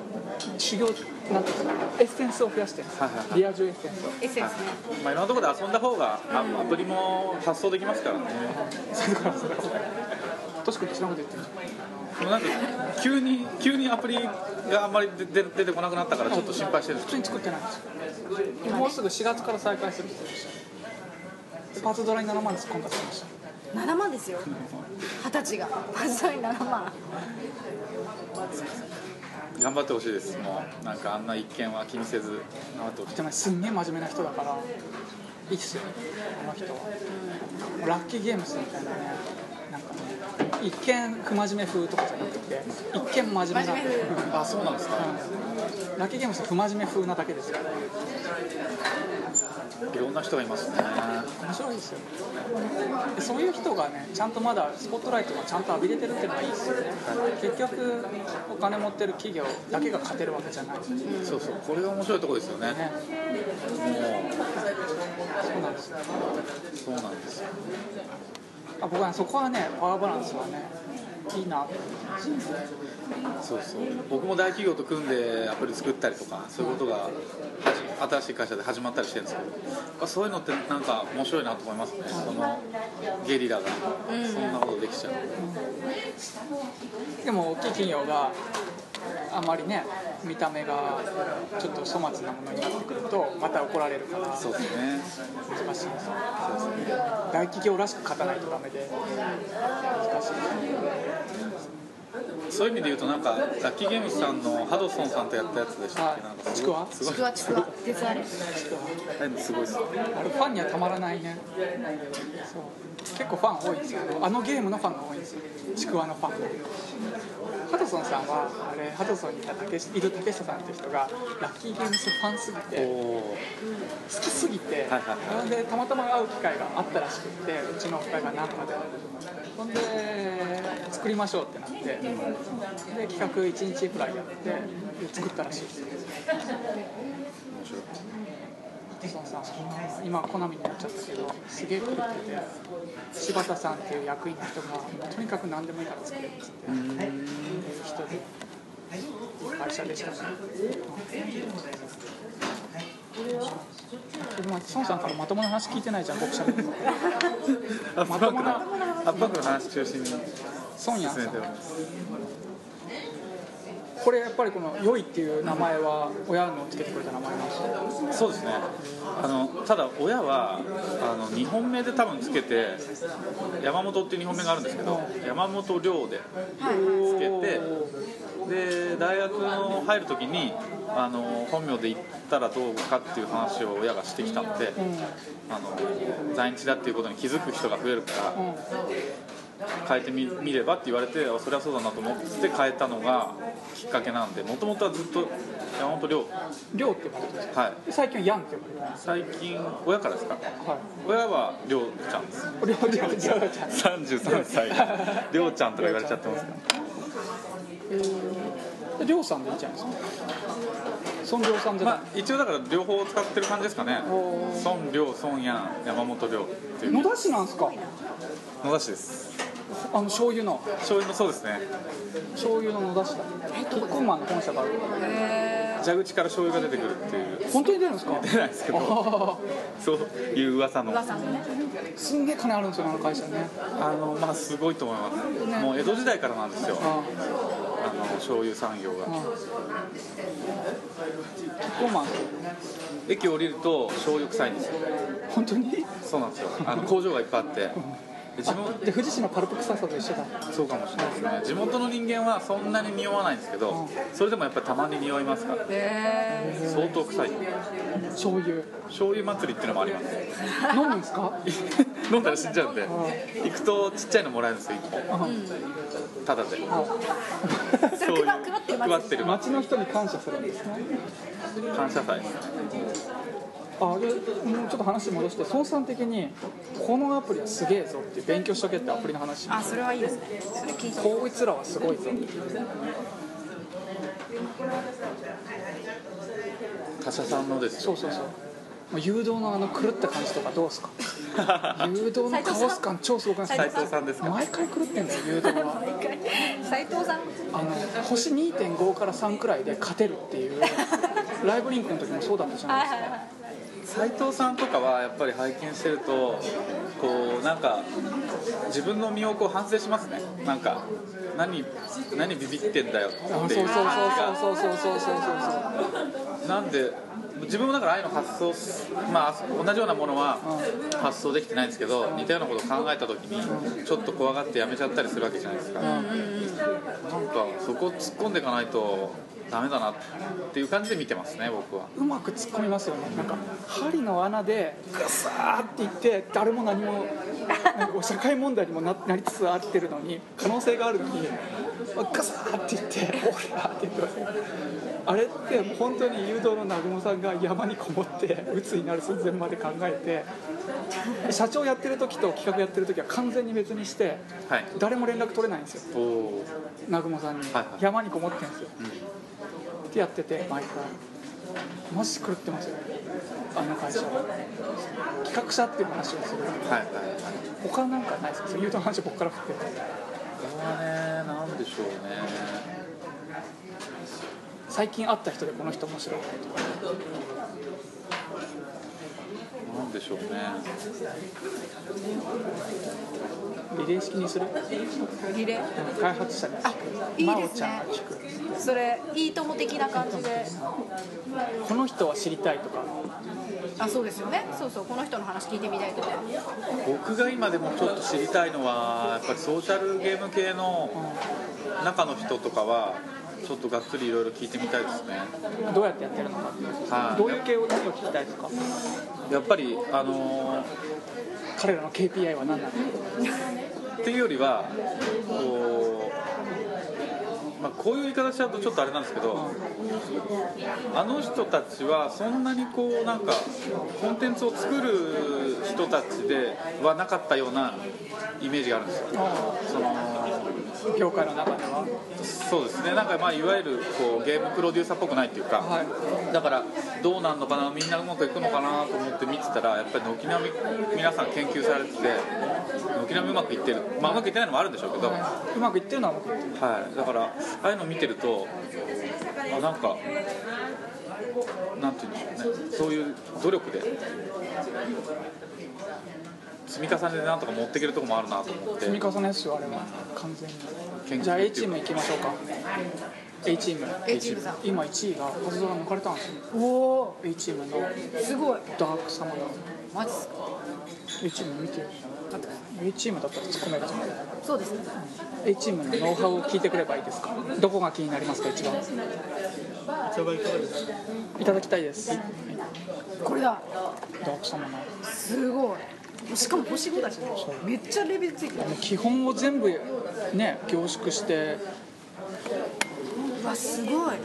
Speaker 2: 修行なんていうんですかエッセンスを増やしてる
Speaker 1: はいはいはい
Speaker 2: リア充エッセンスを
Speaker 3: エッセンスね
Speaker 1: まあ、いろんなところで遊んだ方があアプリも発送できますからね
Speaker 2: としくん違うこと言ってる
Speaker 1: でもなんか急に急にアプリがあんまり出出出てこなくなったからちょっと心配してるんです
Speaker 2: 普通に作ってないんですよもうすぐ4月から再開するって言ってましたパズドラに7万突っ込んだって言ってました
Speaker 3: 7万ですよ二十歳がパズドラに7万
Speaker 1: 頑張ってほしいですもうなんかあんな一見は気にせず頑張ってほしい
Speaker 2: でもねすんげえ真面目な人だからいいっすよあの人はラッキーゲームスみたいなねなんかね一見不真面目風とかじゃなくて一見真面目な
Speaker 3: 真面目風
Speaker 1: あそうなんですか
Speaker 2: うんラッキーゲームスは不真面目風なだけですよ
Speaker 1: いろんな人がいますね
Speaker 2: 面白いですよでそういう人がねちゃんとまだスポットライトがちゃんと浴びれてるっていうのがいいですよね結局お金持ってる企業だけが勝てるわけじゃないですね
Speaker 1: そうそうこれが面白いところですよねも
Speaker 2: そうなんですよ
Speaker 1: うそうなんですよ
Speaker 2: あ僕はねそこはねパワーバランスはねいいなって
Speaker 1: そうそう僕も大企業と組んでアプリ作ったりとかそういうことが新しい会社で始まったりしてるんですけどやっぱそういうのってなんか面白いなと思いますねそのゲリラがそんなことできちゃう
Speaker 2: でも大きい企業があまりね見た目がちょっと粗末なものになってくるとまた怒られるから難し
Speaker 1: そうですね
Speaker 2: いですよ
Speaker 1: そうですね
Speaker 2: 大企業らしく勝たないとダメで難しいです
Speaker 1: そういう意味で言うとなんかラッキーゲームズさんのハドソンさんとやったやつでしたっけ、なんか
Speaker 2: ちくわ
Speaker 1: すごい
Speaker 3: ちくわちくわ鉄あれ
Speaker 1: すごいです
Speaker 2: あれファンにはたまらないねそう結構ファン多いんですけどあのゲームのファンが多いんですよちくわのファンがハドソンさんはあれハドソンにいた竹下いる竹下さんって人がラッキーゲームズファンすぎ
Speaker 1: お
Speaker 2: て
Speaker 1: お
Speaker 2: 好きすぎて、
Speaker 1: はいはい
Speaker 2: それでたまたま会う機会があったらしくてうちのお二人が何とかでほんで作りましょうってなってで企画1日ぐらいやってで作ったらしいです
Speaker 1: 面白い
Speaker 2: そのさ今コナミになっちゃったけどすげえ狂ってて柴田さんっていう役員の人がもうとにかく何でもいいから作れるっつって人で会社でしたねでもまあ孫さんからまともな話聞いてないじゃん僕しゃべるの
Speaker 1: アップバックのアップバックの話中心に進
Speaker 2: 孫やんさ
Speaker 1: め
Speaker 2: ん
Speaker 1: ております
Speaker 2: これやっぱりこの「良い」っていう名前は親のつけてくれた名前なんですよ
Speaker 1: そうですねあのただ親はあの2本目で多分つけて山本っていう2本目があるんですけど山本亮で
Speaker 3: はい
Speaker 1: つ
Speaker 3: は
Speaker 1: けてで大学の入る時にあの本名で行ったらどうかっていう話を親がしてきたので、あの在日だっていうことに気づく人が増えるから変えてみ見ればって言われてあそれはそうだなと思って変えたのがきっかけなんでもともとはずっと山本亮
Speaker 2: 「亮」って呼ばれてるんですよ
Speaker 1: はい
Speaker 2: で最近は「ヤン」って呼ばれてるんです
Speaker 1: 最近親からですか
Speaker 2: よはい
Speaker 1: 親は亮ちゃんです
Speaker 2: 亮亮亮ちゃん
Speaker 1: 33歳 (laughs) 亮ちゃんとか言われちゃってますから
Speaker 2: りょうさんでいいじゃないですか。孫亮さんじゃない
Speaker 1: ま。あ一応だから両方使ってる感じですかね
Speaker 2: おー
Speaker 1: 孫亮孫やん山本亮っていう
Speaker 2: 野田市なんですか。
Speaker 1: 野田市です
Speaker 2: あの醤油の
Speaker 1: 醤油もそうですね
Speaker 2: 醤油の野田市だ。キッコンマンの本社がある。
Speaker 1: 蛇口から醤油が出てくるっていう
Speaker 2: 本当に出るんですか。
Speaker 1: 出ないですけど
Speaker 2: あ
Speaker 1: そういう噂の
Speaker 3: 噂のね
Speaker 2: ーすんげえ金あるんですよあの会社ね。
Speaker 1: あのまあすごいと思います、もう江戸時代からなんですよ
Speaker 2: あ
Speaker 1: あの醤油産業が
Speaker 2: ーあーキッコンマン
Speaker 1: 駅降りると醤油臭いんですよ
Speaker 2: 本当に。
Speaker 1: そうなんですよあの工場がいっぱいあってで自分
Speaker 2: あで富士市のパルプ臭さと一緒だ。
Speaker 1: そうかもしれないですね地元の人間はそんなに匂わないんですけどそれでもやっぱりたまに匂いますから相当臭い
Speaker 2: 醤油
Speaker 1: 醤油祭りっていうのもあります
Speaker 2: 飲むんですか。
Speaker 1: 飲んだら死んじゃうんで行くとちっちゃいのもらえるんですよ1本ただで
Speaker 3: それ配配ってる
Speaker 1: 配ってる
Speaker 2: 町の人に感謝するんですね。
Speaker 1: 感謝祭です
Speaker 2: あでもうちょっと話戻して孫さん的にこのアプリはすげえぞっていう勉強しとけってアプリの話
Speaker 3: あそれはいいですねそれ聞いて
Speaker 2: こいつらはすごいぞ
Speaker 1: 他社さんのですよ
Speaker 2: そうそうそうもう誘導のあの狂った感じとかどうっすか誘導のカオス感超すごくないです
Speaker 1: 斉
Speaker 2: か
Speaker 1: 藤さんですか
Speaker 2: 毎回狂ってんだよ誘導は
Speaker 3: 斉藤さん
Speaker 2: あの星2.5から3くらいで勝てるっていうライブリンクの時もそうだったじゃない
Speaker 3: はい
Speaker 2: ですか
Speaker 3: はいはい
Speaker 1: 斉藤さんとかはやっぱり拝見してるとこうなんか自分の身をこう反省しますねなんか何何ビビってんだよ
Speaker 2: あそう
Speaker 1: ってい
Speaker 2: そう
Speaker 1: う
Speaker 2: そうそうそうそうそうそうそう
Speaker 1: なんで自分もだからああいうの発想すまあ同じようなものは発想できてないんですけど似たようなことを考えた時にちょっと怖がってやめちゃったりするわけじゃないですか、なんかそこ突っ込んでいかないとダメだなっていう感じで見てますね僕は
Speaker 2: うまく突っ込みますよねなんか針の穴でグサーっていって誰も何もなんか社会問題にもななりつつあってるのに可能性があるのにグサーっていって「オラ!」って言ってますあれってもう本当に誘導の南雲さんが山にこもって鬱になる寸前まで考えて社長やってる時と企画やってる時は完全に別にして
Speaker 1: はい
Speaker 2: 誰も連絡取れないんですよ
Speaker 1: おおー
Speaker 2: 南雲さんに、
Speaker 1: はいはい
Speaker 2: 山にこもってんですよ、ってやってて毎回マジ狂ってますよあの会社は企画者っていう話をする
Speaker 1: はいはいはい
Speaker 2: 他なんかないですかそういうと話を僕から振って
Speaker 1: これはねなんでしょうね
Speaker 2: 最近会った人でこの人面白いとか
Speaker 1: なんでしょうね
Speaker 2: リレー式にする
Speaker 3: リレー
Speaker 2: 開発者に
Speaker 3: あいい
Speaker 2: 真央
Speaker 3: です
Speaker 2: ちゃ
Speaker 3: ね
Speaker 2: んに聞く
Speaker 3: それいいとも的な感じで
Speaker 2: この人は知りたいとか
Speaker 3: あそうですよねそうそうこの人の話聞いてみたいとね
Speaker 1: 僕が今でもちょっと知りたいのはやっぱりソーシャルゲーム系の中の人とかはちょっとがっつりいろいろ聞いてみたいですね
Speaker 2: どうやってやってるのかっていう
Speaker 1: はい
Speaker 2: どういう系を何を聞きたいですか
Speaker 1: やっぱりあのー
Speaker 2: 彼らの KPI は何なの
Speaker 1: っていうよりはこう,、まあ、こういう言い方しちゃうとちょっとあれなんですけどあの人たちはそんなにこうなんかコンテンツを作る人たちではなかったようなイメージがあるんですよその
Speaker 2: 業界の中では
Speaker 1: そうですねなんかまあいわゆるこうゲームプロデューサーっぽくないっていうか、
Speaker 2: はい
Speaker 1: だからどうなんのかなみんなうまくいくのかなと思って見てたらやっぱり軒並み皆さん研究されてて軒並みうまくいってるまあうまくいってないのもあるんでしょうけど、
Speaker 2: うまくいってるのは僕
Speaker 1: はい、だからああいうの見てるとあなんかなんて言うんでしょうねそういう努力で積み重ねでなんとか持っていけるとこもあるなと思って
Speaker 2: 積み重ねですよあれは完全
Speaker 1: 研究
Speaker 2: にじゃあ
Speaker 1: っていう
Speaker 2: A チームいきましょうか A チーム
Speaker 3: A チームさん
Speaker 2: 今1位がカズドラ抜かれたんですよ
Speaker 3: おお
Speaker 2: A チームの
Speaker 3: すごい
Speaker 2: ダークサマナー
Speaker 3: マジっすか
Speaker 2: A チーム見てよ A チームだったら突っ込めるじゃん
Speaker 3: そうですね
Speaker 2: A チームのノウハウを聞いてくればいいですかどこが気になりますか一番いただきたいですはい
Speaker 3: これだ
Speaker 2: ダークサマナー
Speaker 3: すごいしかも星5だしねめっちゃレベルついてる
Speaker 2: もう基本を全部ね凝縮して
Speaker 3: うわすごい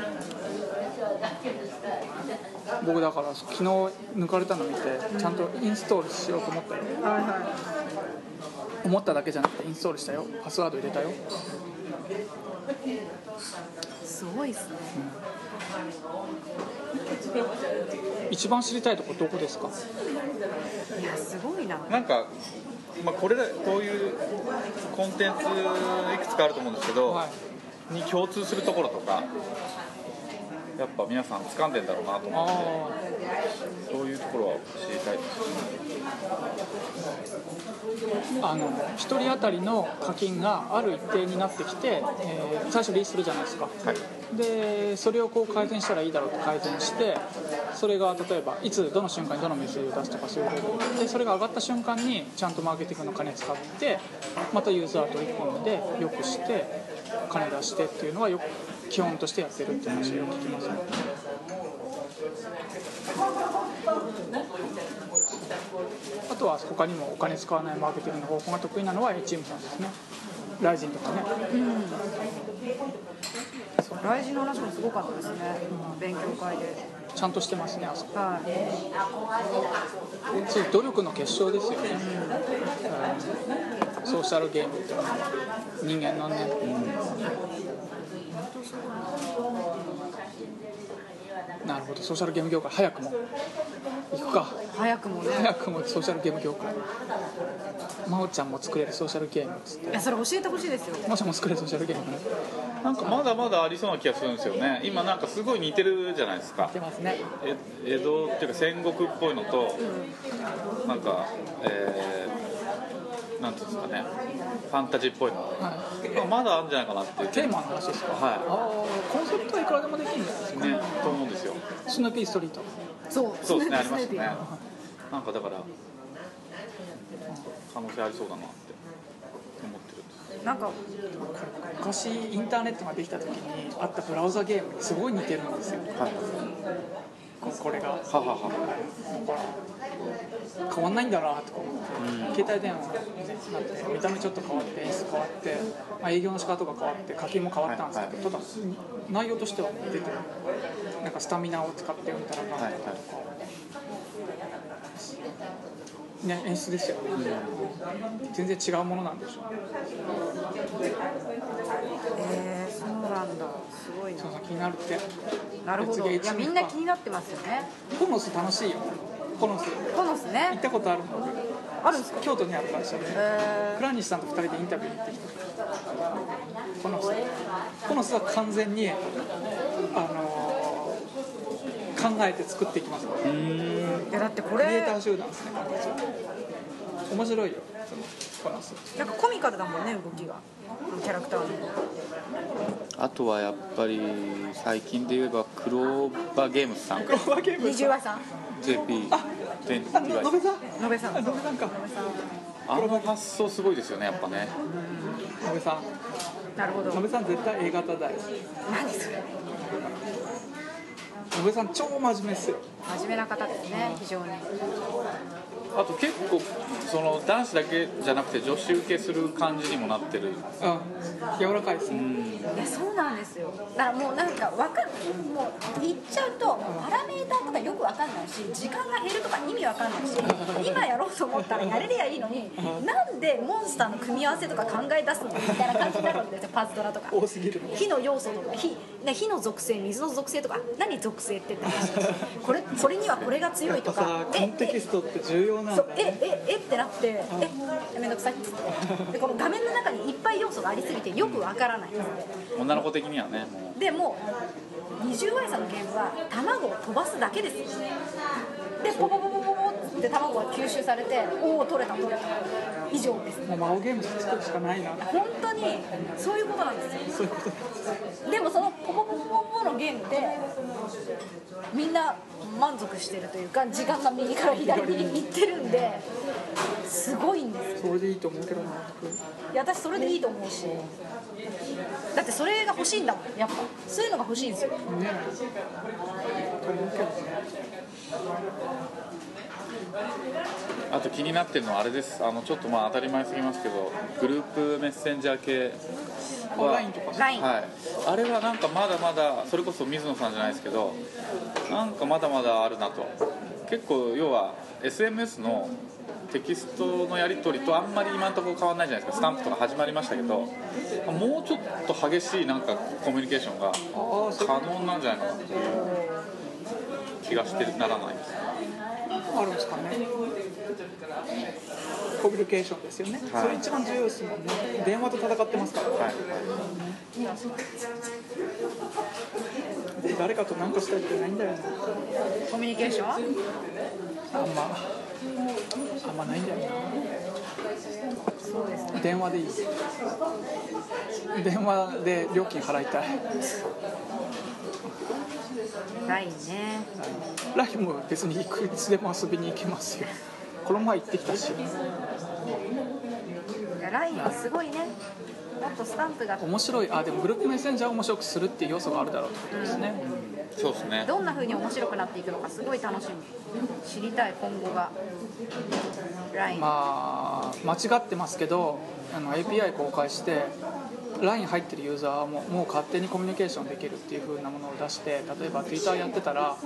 Speaker 2: 僕だから昨日抜かれたの見てちゃんとインストールしようと思ったよ
Speaker 3: はいは
Speaker 2: 思っただけじゃなくてインストールしたよパスワード入れたよ
Speaker 3: いすごいっすね
Speaker 2: 一番知りたいとこどこですか
Speaker 3: いやすごいな
Speaker 1: なんか、まあ、これだこういうコンテンツいくつかあると思うんですけど、
Speaker 2: はい
Speaker 1: に共通するところとかやっぱ皆さん掴んでんだろうなと思って
Speaker 2: あ
Speaker 1: そういうところは知りたいです
Speaker 2: ああの1人当たりの課金がある一定になってきて、えー最初リースするじゃないですか
Speaker 1: はい
Speaker 2: でそれをこう改善したらいいだろうと改善してそれが例えばいつどの瞬間にどのメッセージを出すとかそういうことでそれが上がった瞬間にちゃんとマーケティングの金使ってまたユーザー取り込んでよくして金出してっていうのはよく基本としてやってるって話をよく聞きますねあとは他にもお金使わないマーケティングの方法が得意なのは A チームさんですねライジンとかね
Speaker 3: 来人の話もすごかったですね勉強会で
Speaker 2: ちゃんとしてますねあそこ
Speaker 3: はい
Speaker 2: そう努力の結晶ですよね、うんソーシャルゲームっていうのは人間のね、なるほどソーシャルゲーム業界早くも行くか
Speaker 3: 早くもね
Speaker 2: 早くもソーシャルゲーム業界真央ちゃんも作れるソーシャルゲームっつって
Speaker 3: いやそれ教えてほしいですよ
Speaker 2: 真央ちゃんも作れるソーシャルゲームね
Speaker 1: なんかまだまだありそうな気がするんですよね今なんかすごい似てるじゃないですか
Speaker 2: 出ますね
Speaker 1: え江戸っていうか戦国っぽいのとなんかえー、なんていうんですかねファンタジーっぽいの
Speaker 2: はい
Speaker 1: まだあるんじゃないかなっていう
Speaker 2: テーマの話ですかあ
Speaker 1: は
Speaker 2: あコンセプトはいくらでもできるんじゃないです
Speaker 1: い
Speaker 2: か
Speaker 1: ねと思うんですよ
Speaker 2: スヌーピーストリート
Speaker 3: そう
Speaker 1: そうですねあり
Speaker 3: スネ
Speaker 1: ま
Speaker 3: ー
Speaker 1: す
Speaker 3: ピ
Speaker 1: ね
Speaker 3: ー
Speaker 1: なんかだから可能性ありそうだなって思ってるんです
Speaker 3: なんか
Speaker 2: 昔インターネットができた時にあったブラウザゲームにすごい似てるんですよ
Speaker 1: はい
Speaker 2: ここれが
Speaker 1: ははは
Speaker 2: 変わんないんだなとか思って、携帯電話になって見た目ちょっと変わって演出変わって、まあ、営業の仕方とか変わって課金も変わったんですけど、ただ内容としては出てるなんかスタミナを使ってみたらなんだとか、ね、演出ですよね、全然違うものなんでしょうね
Speaker 3: えー、そうなんだすごいな
Speaker 2: その気になるって
Speaker 3: なるほど
Speaker 2: 次
Speaker 3: い
Speaker 2: は一
Speaker 3: やみんな気になってますよね
Speaker 2: コノス楽しいよコノス行
Speaker 3: コノスね
Speaker 2: ったことあるの
Speaker 3: あるんですか
Speaker 2: 京都にある会社で
Speaker 3: え
Speaker 2: 倉西さんと2人でインタビューに行ってきたこの人この人は完全にあのー考えて作っていきますク
Speaker 3: ー、いやだってこれ
Speaker 2: リエイター集団ですねこの人面白いよこの人
Speaker 3: なんかコミカルだもんね動きがキャラクターの
Speaker 1: あとはやっぱり最近で言えばクローバーゲームズさん
Speaker 2: クローバーゲーム
Speaker 3: 二重
Speaker 2: さん
Speaker 3: 話さん
Speaker 1: JP
Speaker 2: あ
Speaker 1: て
Speaker 2: あの野辺さん
Speaker 4: 野辺さん
Speaker 2: あ野辺さんか
Speaker 1: あの発想すごいですよねやっぱね
Speaker 2: 野辺さん
Speaker 4: なるほ
Speaker 2: 野
Speaker 4: ど
Speaker 2: 辺さん絶対 A 型だよ
Speaker 4: 何それ
Speaker 2: 野辺さん超真面目っすよ
Speaker 4: 真面目な方ですね非常に
Speaker 1: あと結構その男子だけじゃなくて女子受けする感じにもなってる
Speaker 2: うん柔らかいっすね
Speaker 4: いやそうなんですよ
Speaker 3: だからもうなんかわかんもう言っちゃうとパラメーターとかよくわかんないし時間が減るとか意味わかんないし今やろうと思ったらやれりゃいいのになんでモンスターの組み合わせとか考え出すのみたいな感じになるわけですよパズドラとか
Speaker 2: 多すぎる
Speaker 3: 火の要素とか火ね火の属性水の属性とか何属性ってって話ですこれこれにはこれが強
Speaker 2: やっ
Speaker 3: いと
Speaker 2: ぱ
Speaker 3: か
Speaker 2: さコンテキストって重要なん
Speaker 3: そ
Speaker 2: だ
Speaker 3: うえええってなってえめんどくさいっつってでこの画面の中にいっぱい要素がありすぎてよくわからない
Speaker 1: 女の子的にはねも
Speaker 3: でもう20倍差のゲームは卵を飛ばすだけですよでポポポポポポって卵が吸収されておお取れた取れた以上です
Speaker 2: もう魔王ゲーム作るしかないな
Speaker 3: 本当にそういうことなんですよ
Speaker 2: そういうこと
Speaker 3: でもそのポポポポポポのゲームでみんな満足してるというか時間が右から左に行ってるんですごいんですよ
Speaker 2: それでいいと思うけどない
Speaker 3: や私それでいいと思うしだってそれが欲しいんだもんやっぱそういうのが欲しいんですよ
Speaker 2: ねと思うけどね
Speaker 1: うあと気になってるのはあれですあのちょっとまあ当たり前すぎますけどグループメッセンジャー系
Speaker 2: オンラインとか
Speaker 3: ライン、
Speaker 1: はい、あれはなんかまだまだそれこそ水野さんじゃないですけどなんかまだまだあるなと結構要は SMS のテキストのやり取りとあんまり今のところ変わらないじゃないですかスタンプとか始まりましたけどもうちょっと激しいなんかコミュニケーションが
Speaker 2: ああそれ
Speaker 1: 可能なんじゃないかなという気がしてならないです
Speaker 2: あるんですかねコミュニケーションですよね、
Speaker 1: はい
Speaker 2: それ一番重要ですもんね電話と戦ってますから
Speaker 1: はい
Speaker 2: 誰かと何かしたいってないんだよね
Speaker 4: コミュニケーション
Speaker 2: あんまあんまないんだよね
Speaker 4: そうですね
Speaker 2: 電話でいい電話で料金払いたい
Speaker 4: ラインね
Speaker 2: LINE も別にいくいつでも遊びに行けますよこの前行ってきたし
Speaker 4: いやラインはすごいねもっとスタンプが
Speaker 2: 面白いあでもグループメッセンジャーを面白くするっていう要素があるだろうってことですね、
Speaker 1: そうですね
Speaker 4: どんな風に面白くなっていくのかすごい楽しみ知りたい今後がライン
Speaker 2: まあ間違ってますけどあの API 公開して LINE 入ってるユーザーはもうもう勝手にコミュニケーションできるっていう風なものを出して例えば Twitter やってたら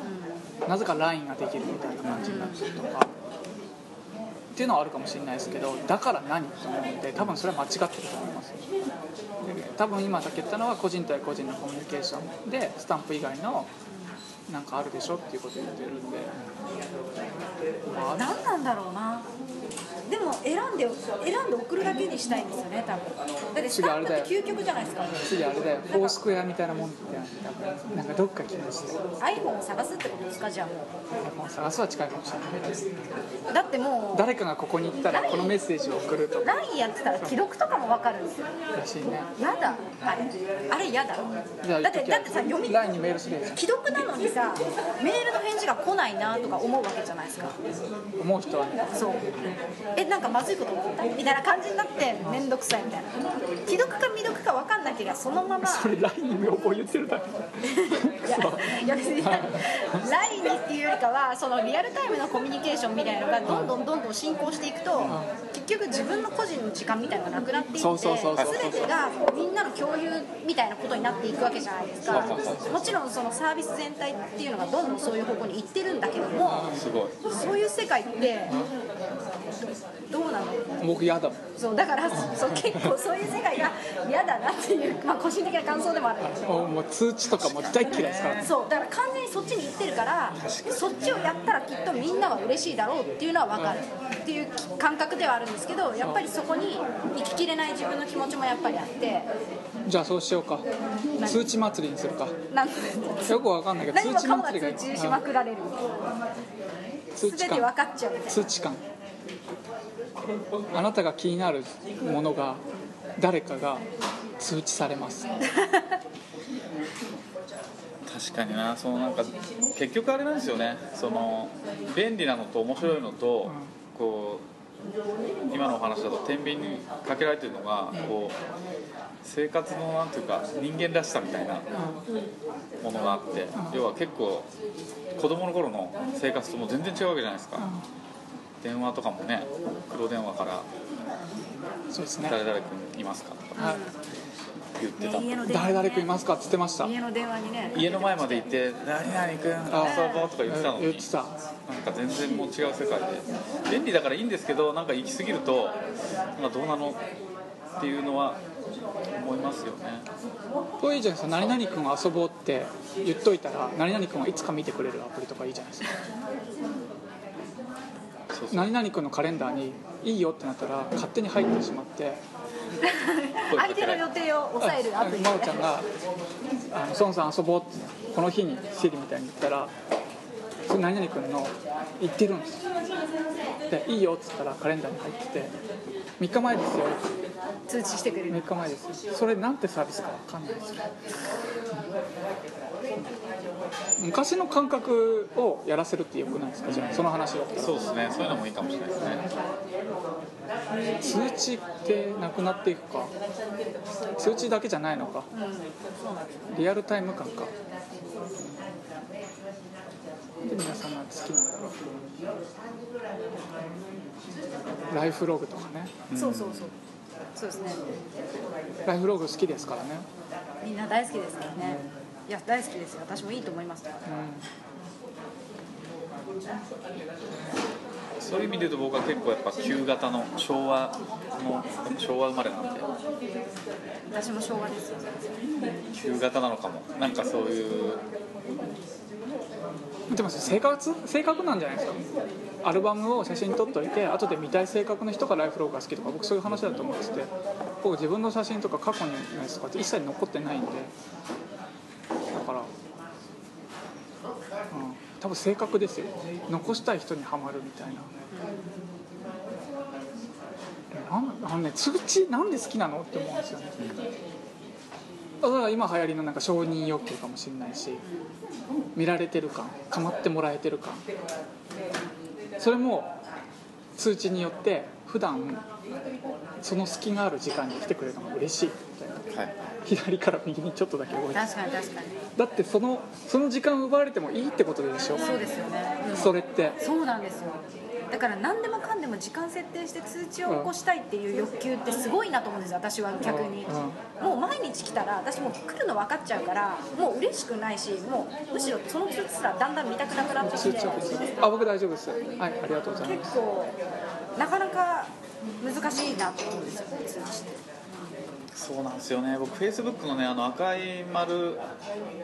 Speaker 2: なぜか LINE ができるみたいな感じになってるとかっていうのはあるかもしれないですけどだから何と思うんで多分それは間違ってると思いますで多分今さっき言ったのは個人対個人のコミュニケーションでスタンプ以外のなんかあるでしょっていうことを言ってるんで、まあ、
Speaker 3: 何なんだろうなでも選んで選んで送るだけにしたいんですよね多分だってスタンプって究極じゃないですか
Speaker 2: 次あれだよ、フォースクエアみたいなもんってなんかどっか気にして、
Speaker 3: iPhone を探すってことですかじゃあも
Speaker 2: もう探すは近いかもしれないです。
Speaker 3: うだっても
Speaker 2: 誰かがここに行ったらこのメッセージを送ると
Speaker 3: う LINE やってたら既読とかも分かるんですよ
Speaker 2: らしいね。
Speaker 3: やだあれあれやだ
Speaker 2: じゃあ言
Speaker 3: だ
Speaker 2: っ
Speaker 3: っ
Speaker 2: てとき
Speaker 3: だってさ読み
Speaker 2: ラインにメールするや
Speaker 3: 既読なのにさメールの返事が来ないなとか思うわけじゃないですか
Speaker 2: ん。思う人はね、
Speaker 3: そうえなんかまずいこと思ったみたいな感じになって面倒くさいみたいな既読か未読か分かんなければそのまま
Speaker 2: それラインに要望言ってるだけ。
Speaker 3: いやいや別に LINE にっていうよりかはそのリアルタイムのコミュニケーションみたいなのがどんどんどんどん進行していくと結局自分の個人の時間みたいなのがなくなっていって
Speaker 2: そうそうそうそう
Speaker 3: 全てがみんなの共有みたいなことになっていくわけじゃないですかもちろんそのサービス全体っていうのがどんどんそういう方向に行ってるんだけども
Speaker 1: すごい
Speaker 3: そういう世界ってどうなの
Speaker 2: 僕やだもん。
Speaker 3: そうだからそう結構そういう世界が嫌だなっていう、まあ、個人的な感想でもあるんですけど
Speaker 2: もうもう通知とかもう大っ嫌いですから。
Speaker 3: そうだから完全にそっちに行ってるからそっちをやったらきっとみんなは嬉しいだろうっていうのは分かるっていう感覚ではあるんですけどやっぱりそこに行ききれない自分の気持ちもやっぱりあって
Speaker 2: じゃあそうしようか。通知祭りにするか。
Speaker 3: なんか
Speaker 2: よくわかんないけど
Speaker 3: 何
Speaker 2: 通
Speaker 3: も
Speaker 2: 知
Speaker 3: かもが
Speaker 2: 祭りがい
Speaker 3: 通
Speaker 2: い。
Speaker 3: 知しまくられる
Speaker 2: うん通
Speaker 3: 全
Speaker 2: 知
Speaker 3: て分
Speaker 2: 感。
Speaker 3: かっちゃうみたいな
Speaker 2: 通知感。あなたが気になるものが誰かが通知されます。
Speaker 1: 確かになそのなんか結局あれなんですよねその便利なのと面白いのと、こう今のお話だと天秤にかけられてるのが、こう生活のなんていうか人間らしさみたいなものがあって、要は結構子供の頃の生活とも全然違うわけじゃないですか、電話とかもね黒電話から
Speaker 2: そうで
Speaker 1: 「
Speaker 2: すね
Speaker 1: 誰々君いますか?」とか
Speaker 2: はい
Speaker 1: 言ってた
Speaker 4: ね家の電話に
Speaker 2: 誰
Speaker 4: ね
Speaker 2: 々君いますかっつってました
Speaker 4: 家の電話にね
Speaker 1: 家の前まで行って「何々君遊ぼう」とか言ってたの
Speaker 2: 言っ
Speaker 1: に
Speaker 2: てた
Speaker 1: なんか全然もう違う世界で便利だからいいんですけどなんか行き過ぎるとなんかどうなのっていうのは思いますよね
Speaker 2: これいいじゃないですか「何々君遊ぼう」って言っといたら「何々君はいつか見てくれるアプリ」とかいいじゃないですか
Speaker 1: そうそう
Speaker 2: 何々君のカレンダーに「いいよ」ってなったら勝手に入ってしまって
Speaker 3: 相手の予定を抑えるアプリ
Speaker 2: あ真央ちゃんがあの「孫さん遊ぼう」ってこの日にシリみたいに言ったらそれ何々君の言ってるんですよで「いいよ」っつったらカレンダーに入ってて「3日前ですよ
Speaker 4: 通知してくれる
Speaker 2: 3日前ですよそれなんてサービスか分かんないですよ昔の感覚をやらせるってよくないですかじゃあその話だったら
Speaker 1: そうですねそういうのもいいかもしれないですね
Speaker 2: 通知ってなくなっていくか通知だけじゃないのか、リアルタイム感かなんで皆さんが好きなんだろうライフログとかね
Speaker 4: そうそうそうそうですね
Speaker 2: ライフログ好きですからね、
Speaker 4: みんな大好きですからねいや大好きですよ私もいいと思います
Speaker 1: そういう意味で言うと僕は結構やっぱ旧型の昭和の昭和生まれなんで
Speaker 4: 私も昭和ですよ
Speaker 1: 旧型なのかもなんかそういう
Speaker 2: うん、でも性格性格なんじゃないですかアルバムを写真撮っといて後で見たい性格の人がライフログが好きとか僕そういう話だと思ってて僕自分の写真とか過去のやつとかって一切残ってないんでだから、うん、多分性格ですよ残したい人にはまるみたいな。なんあのね、通知なんで好きなのって思うんですよねだから今流行りのなんか承認欲求かもしれないし見られてる感構ってもらえてる感それも通知によって普段その隙がある時間に来てくれるのが嬉しいみたいな
Speaker 1: はい
Speaker 2: 左から右にちょっとだけ動いて
Speaker 4: 確かに確かに
Speaker 2: だってそのその時間奪われてもいいってことでしょ
Speaker 4: そうですよね、うん
Speaker 2: それって
Speaker 4: そうなんですよだから何でもかんでも時間設定して通知を起こしたいっていう欲求ってすごいなと思うんですよ私は逆に、もう毎日来たら私もう来るの分かっちゃうからもう嬉しくないしもうむしろその通知すらだんだん見たくなくなってきて
Speaker 2: 通知
Speaker 4: 結
Speaker 2: を消すあ僕大丈夫ですはいありがとうございます
Speaker 4: 構なかなか難しいなと思うんですよね通知って
Speaker 1: そうなんですよね僕フェイスブックのねあの赤い丸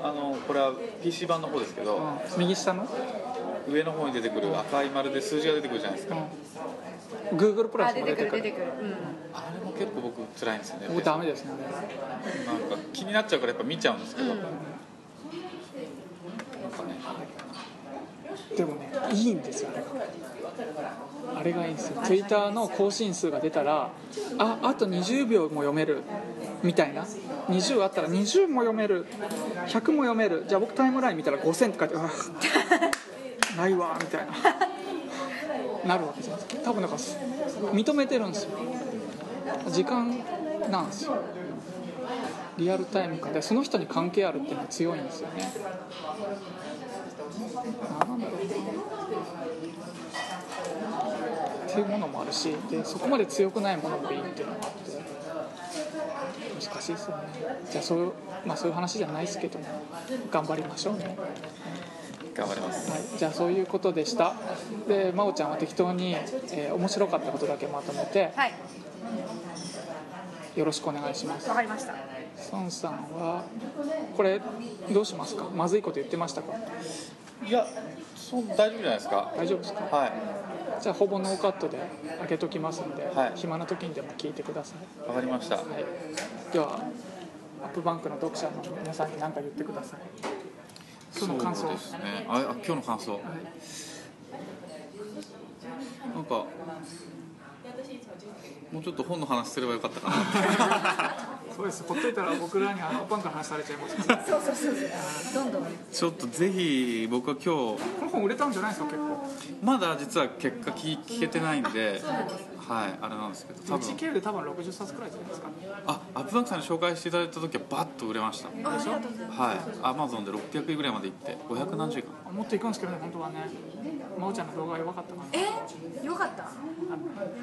Speaker 1: あのこれは PC 版の方ですけど、
Speaker 2: うん右下の、
Speaker 1: 上の方に出てくる赤い丸で数字が出てくるじゃないですか、
Speaker 2: うん、Google プラ
Speaker 4: あ
Speaker 2: ス
Speaker 4: 出
Speaker 2: も
Speaker 4: て
Speaker 2: 出
Speaker 4: く
Speaker 2: て
Speaker 4: る
Speaker 2: く
Speaker 4: 出
Speaker 2: る
Speaker 4: てくる
Speaker 1: あれも結構僕辛いんですよね
Speaker 2: もうダメですね
Speaker 1: なんか気になっちゃうからやっぱ見ちゃうんですけど、なんかね
Speaker 2: でもねいいんですよあれがあれがいいんですよ Twitter の更新数が出たらああと20秒も読めるみたいな20あったら20も読める100も読めるじゃあ僕タイムライン見たら5000って書いてあーないわみたいななるわけじゃないですか多分だから認めてるんですよ時間なんですよリアルタイム感でその人に関係あるっていうのは強いんですよねなんだろうなっていうものもあるしでそこまで強くないものもいいっていうのがあって難しいですよねじゃあそういう,、まあ、そういう話じゃないですけどね頑張りましょうね、
Speaker 1: 頑張ります
Speaker 2: はい、じゃあそういうことでしたで真央ちゃんは適当に、えー面白かったことだけまとめて
Speaker 4: うんはい
Speaker 2: よろしくお願いします
Speaker 4: わかりました
Speaker 2: 孫さんはこれどうしますかまずいこと言ってましたか
Speaker 1: いやそう大丈夫じゃないですか
Speaker 2: 大丈夫ですか
Speaker 1: は
Speaker 2: じゃあほぼノーカットで開けときますんで、
Speaker 1: はい
Speaker 2: 暇な時にでも聞いてください、
Speaker 1: いわかりました
Speaker 2: はい、ではアップバンクの読者の皆さんに何か言ってください今日の感想
Speaker 1: そうですねああ今日の感想、なんかもうちょっと本の話すればよかったかなって
Speaker 2: そうそうですほっといたら僕らにあのパンクの話されちゃい (laughs) ますから
Speaker 3: そうそうそうそうどんどん
Speaker 1: ちょっとぜひ僕は今日
Speaker 2: この本売れたんじゃないですか結構
Speaker 1: まだ実は結果聞聞けてないんで
Speaker 3: そうなんです
Speaker 1: はいあれなんですけど多分
Speaker 2: 1K で多分60冊くらいじゃないですか
Speaker 1: あアップバンクさんに紹介していただいた時はバッと売れました
Speaker 3: あありがとうございます
Speaker 1: はいアマゾンで600位ぐらいまで行って500何十位かな
Speaker 2: あもっといくんですけどね本当はね真央ちゃんの動画が弱かったかな
Speaker 3: えよかった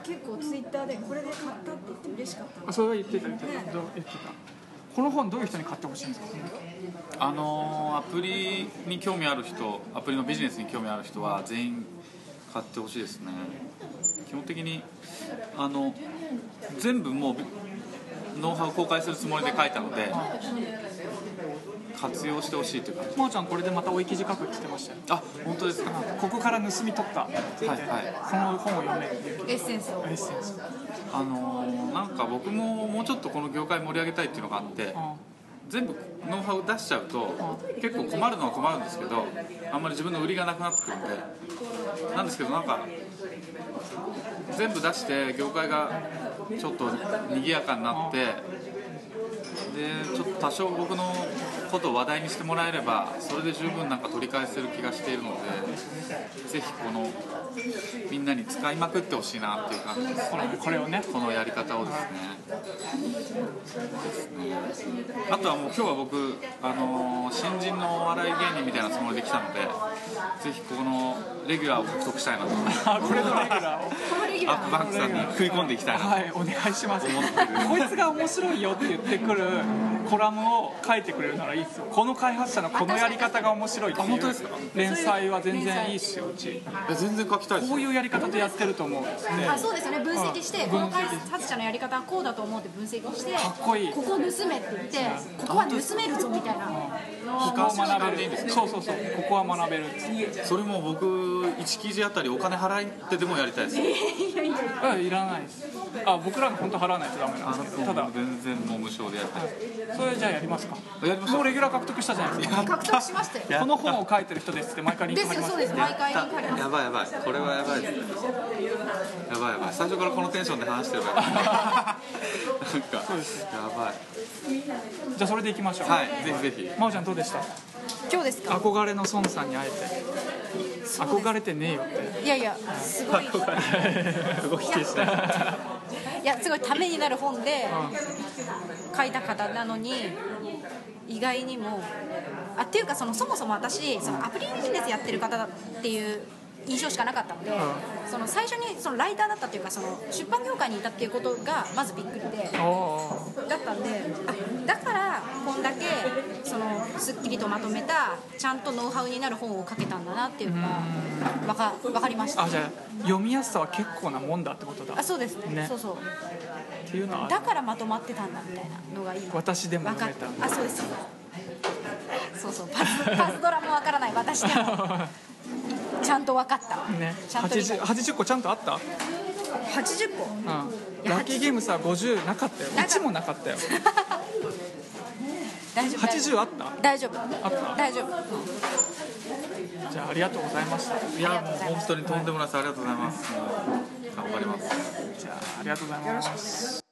Speaker 3: 結構ツイッターでこれで買ったって言って嬉しかった
Speaker 2: あそれは言ってた言ってたどう言ってたこの本どういう人に買ってほしいんですか
Speaker 1: あのーアプリに興味ある人アプリのビジネスに興味ある人は全員買ってほしいですね基本的にあの全部もうノウハウを公開するつもりで書いたので活用してほしいという感じ
Speaker 2: 真央ちゃんこれでまた追い記事書くって言ってましたよ
Speaker 1: あ本当ですか
Speaker 2: あ
Speaker 1: は
Speaker 2: ここから盗み取ったこ
Speaker 1: いはい
Speaker 2: の本を読めっていう
Speaker 3: エッセンスを
Speaker 2: エッセンス
Speaker 1: あのーなんか僕ももうちょっとこの業界盛り上げたいっていうのがあって
Speaker 2: あ
Speaker 1: 全部ノウハウ出しちゃうと結構困るのは困るんですけどあんまり自分の売りがなくなってくるんでなんですけどなんか全部出して業界がちょっと賑やかになってでちょっと多少僕のことを話題にしてもらえればそれで十分なんか取り返せる気がしているのでぜひこのみんなに使いまくってほしいなっていう感じです
Speaker 2: これこれをね
Speaker 1: このやり方をですね。あとはもう今日は僕、あのー新人のお笑い芸人みたいなつもりで来たので、ぜひここのレギュラーを獲得したいなと、
Speaker 2: あこれのレギュラーを
Speaker 3: このレギュ
Speaker 1: ア
Speaker 3: ラ
Speaker 1: ッ
Speaker 3: ー
Speaker 1: プバックさんに食い込んでいきたいなと。
Speaker 2: はいお願いしますこいつが面白いよって言ってくるコラムを書いてくれるならいいですよこの開発者のこのやり方が面白いって
Speaker 1: あ
Speaker 2: い
Speaker 1: 本
Speaker 2: う
Speaker 1: 当ですか
Speaker 2: 連載は全然いいっすようち
Speaker 1: いや全然書きたいです
Speaker 2: こういうやり方でやってると思うっつって
Speaker 3: あそうですよね分析して
Speaker 2: うん
Speaker 3: この開発者のやり方はこうだと思うって分析して
Speaker 2: かっこいい
Speaker 3: ここを盗めって言ってここは盗めるぞみたいな
Speaker 2: ここを学べるそうそうそうここは学べるっつって
Speaker 1: それも僕1記事あたりお金払ってでもやりたいです。
Speaker 2: うんいらないですあ僕らが本当払わないとダメなん
Speaker 1: あ
Speaker 2: ですけ
Speaker 1: の
Speaker 2: どただ
Speaker 1: 全然もう無償でやりたい。
Speaker 2: それじゃあやりますか
Speaker 1: やりまし
Speaker 2: も
Speaker 1: ょ
Speaker 2: う
Speaker 1: う。
Speaker 2: レギュラー獲得したじゃないですか
Speaker 3: 獲得しましたよ
Speaker 2: この本を書いてる人ですって毎回リン
Speaker 3: で
Speaker 2: ク貼
Speaker 3: す
Speaker 2: ります
Speaker 3: よそうです毎回リンク貼ります
Speaker 1: やばいやばいこれはやばいですやばいやばい最初からこのテンションで話してればいいなんかやばい
Speaker 2: (laughs) じゃあそれでいきましょう
Speaker 1: はい、ぜひぜひ。
Speaker 2: 真央ちゃんどうでした
Speaker 3: 今日ですか
Speaker 2: 憧れの孫さんに会えて憧れてねえよって
Speaker 3: いやいやすごい
Speaker 1: 動き消した。
Speaker 3: いやすごいためになる本で書いた方なのに意外にもあっていうかそのそもそも私そのアプリビジネスやってる方だっていう印象しかなかったので、その最初にそのライターだったというかその出版業界にいたっていうことがまずびっくりで。
Speaker 2: おお
Speaker 3: だったんであだからこんだけそのすっきりとまとめたちゃんとノウハウになる本を書けたんだなっていうのがわかわかりました
Speaker 2: あじゃあ読みやすさは結構なもんだってことだ
Speaker 3: あそうですね
Speaker 2: ね
Speaker 3: そうそう
Speaker 2: っていうのは
Speaker 3: だからまとまってたんだみたいなのが今
Speaker 2: 私でも
Speaker 3: わか
Speaker 2: 読
Speaker 3: っ
Speaker 2: めた
Speaker 3: あそうですそうそうパズパズドラもわからない私でもちゃんとわかった、
Speaker 2: ね
Speaker 3: ちゃんと理解
Speaker 2: 80 80個ちゃんとあった、うん、
Speaker 3: 80個
Speaker 2: ラッキーゲームさ50なかったよ
Speaker 3: なか
Speaker 2: 1もなかったよ
Speaker 3: (laughs) 大丈夫
Speaker 2: 80あった
Speaker 3: 大丈夫
Speaker 2: あった
Speaker 3: 大丈夫
Speaker 2: じゃあありがとうございました
Speaker 1: いや、もう本当にとんでもないです。ありがとうございます。もう頑張ります。
Speaker 2: じゃあありがとうございます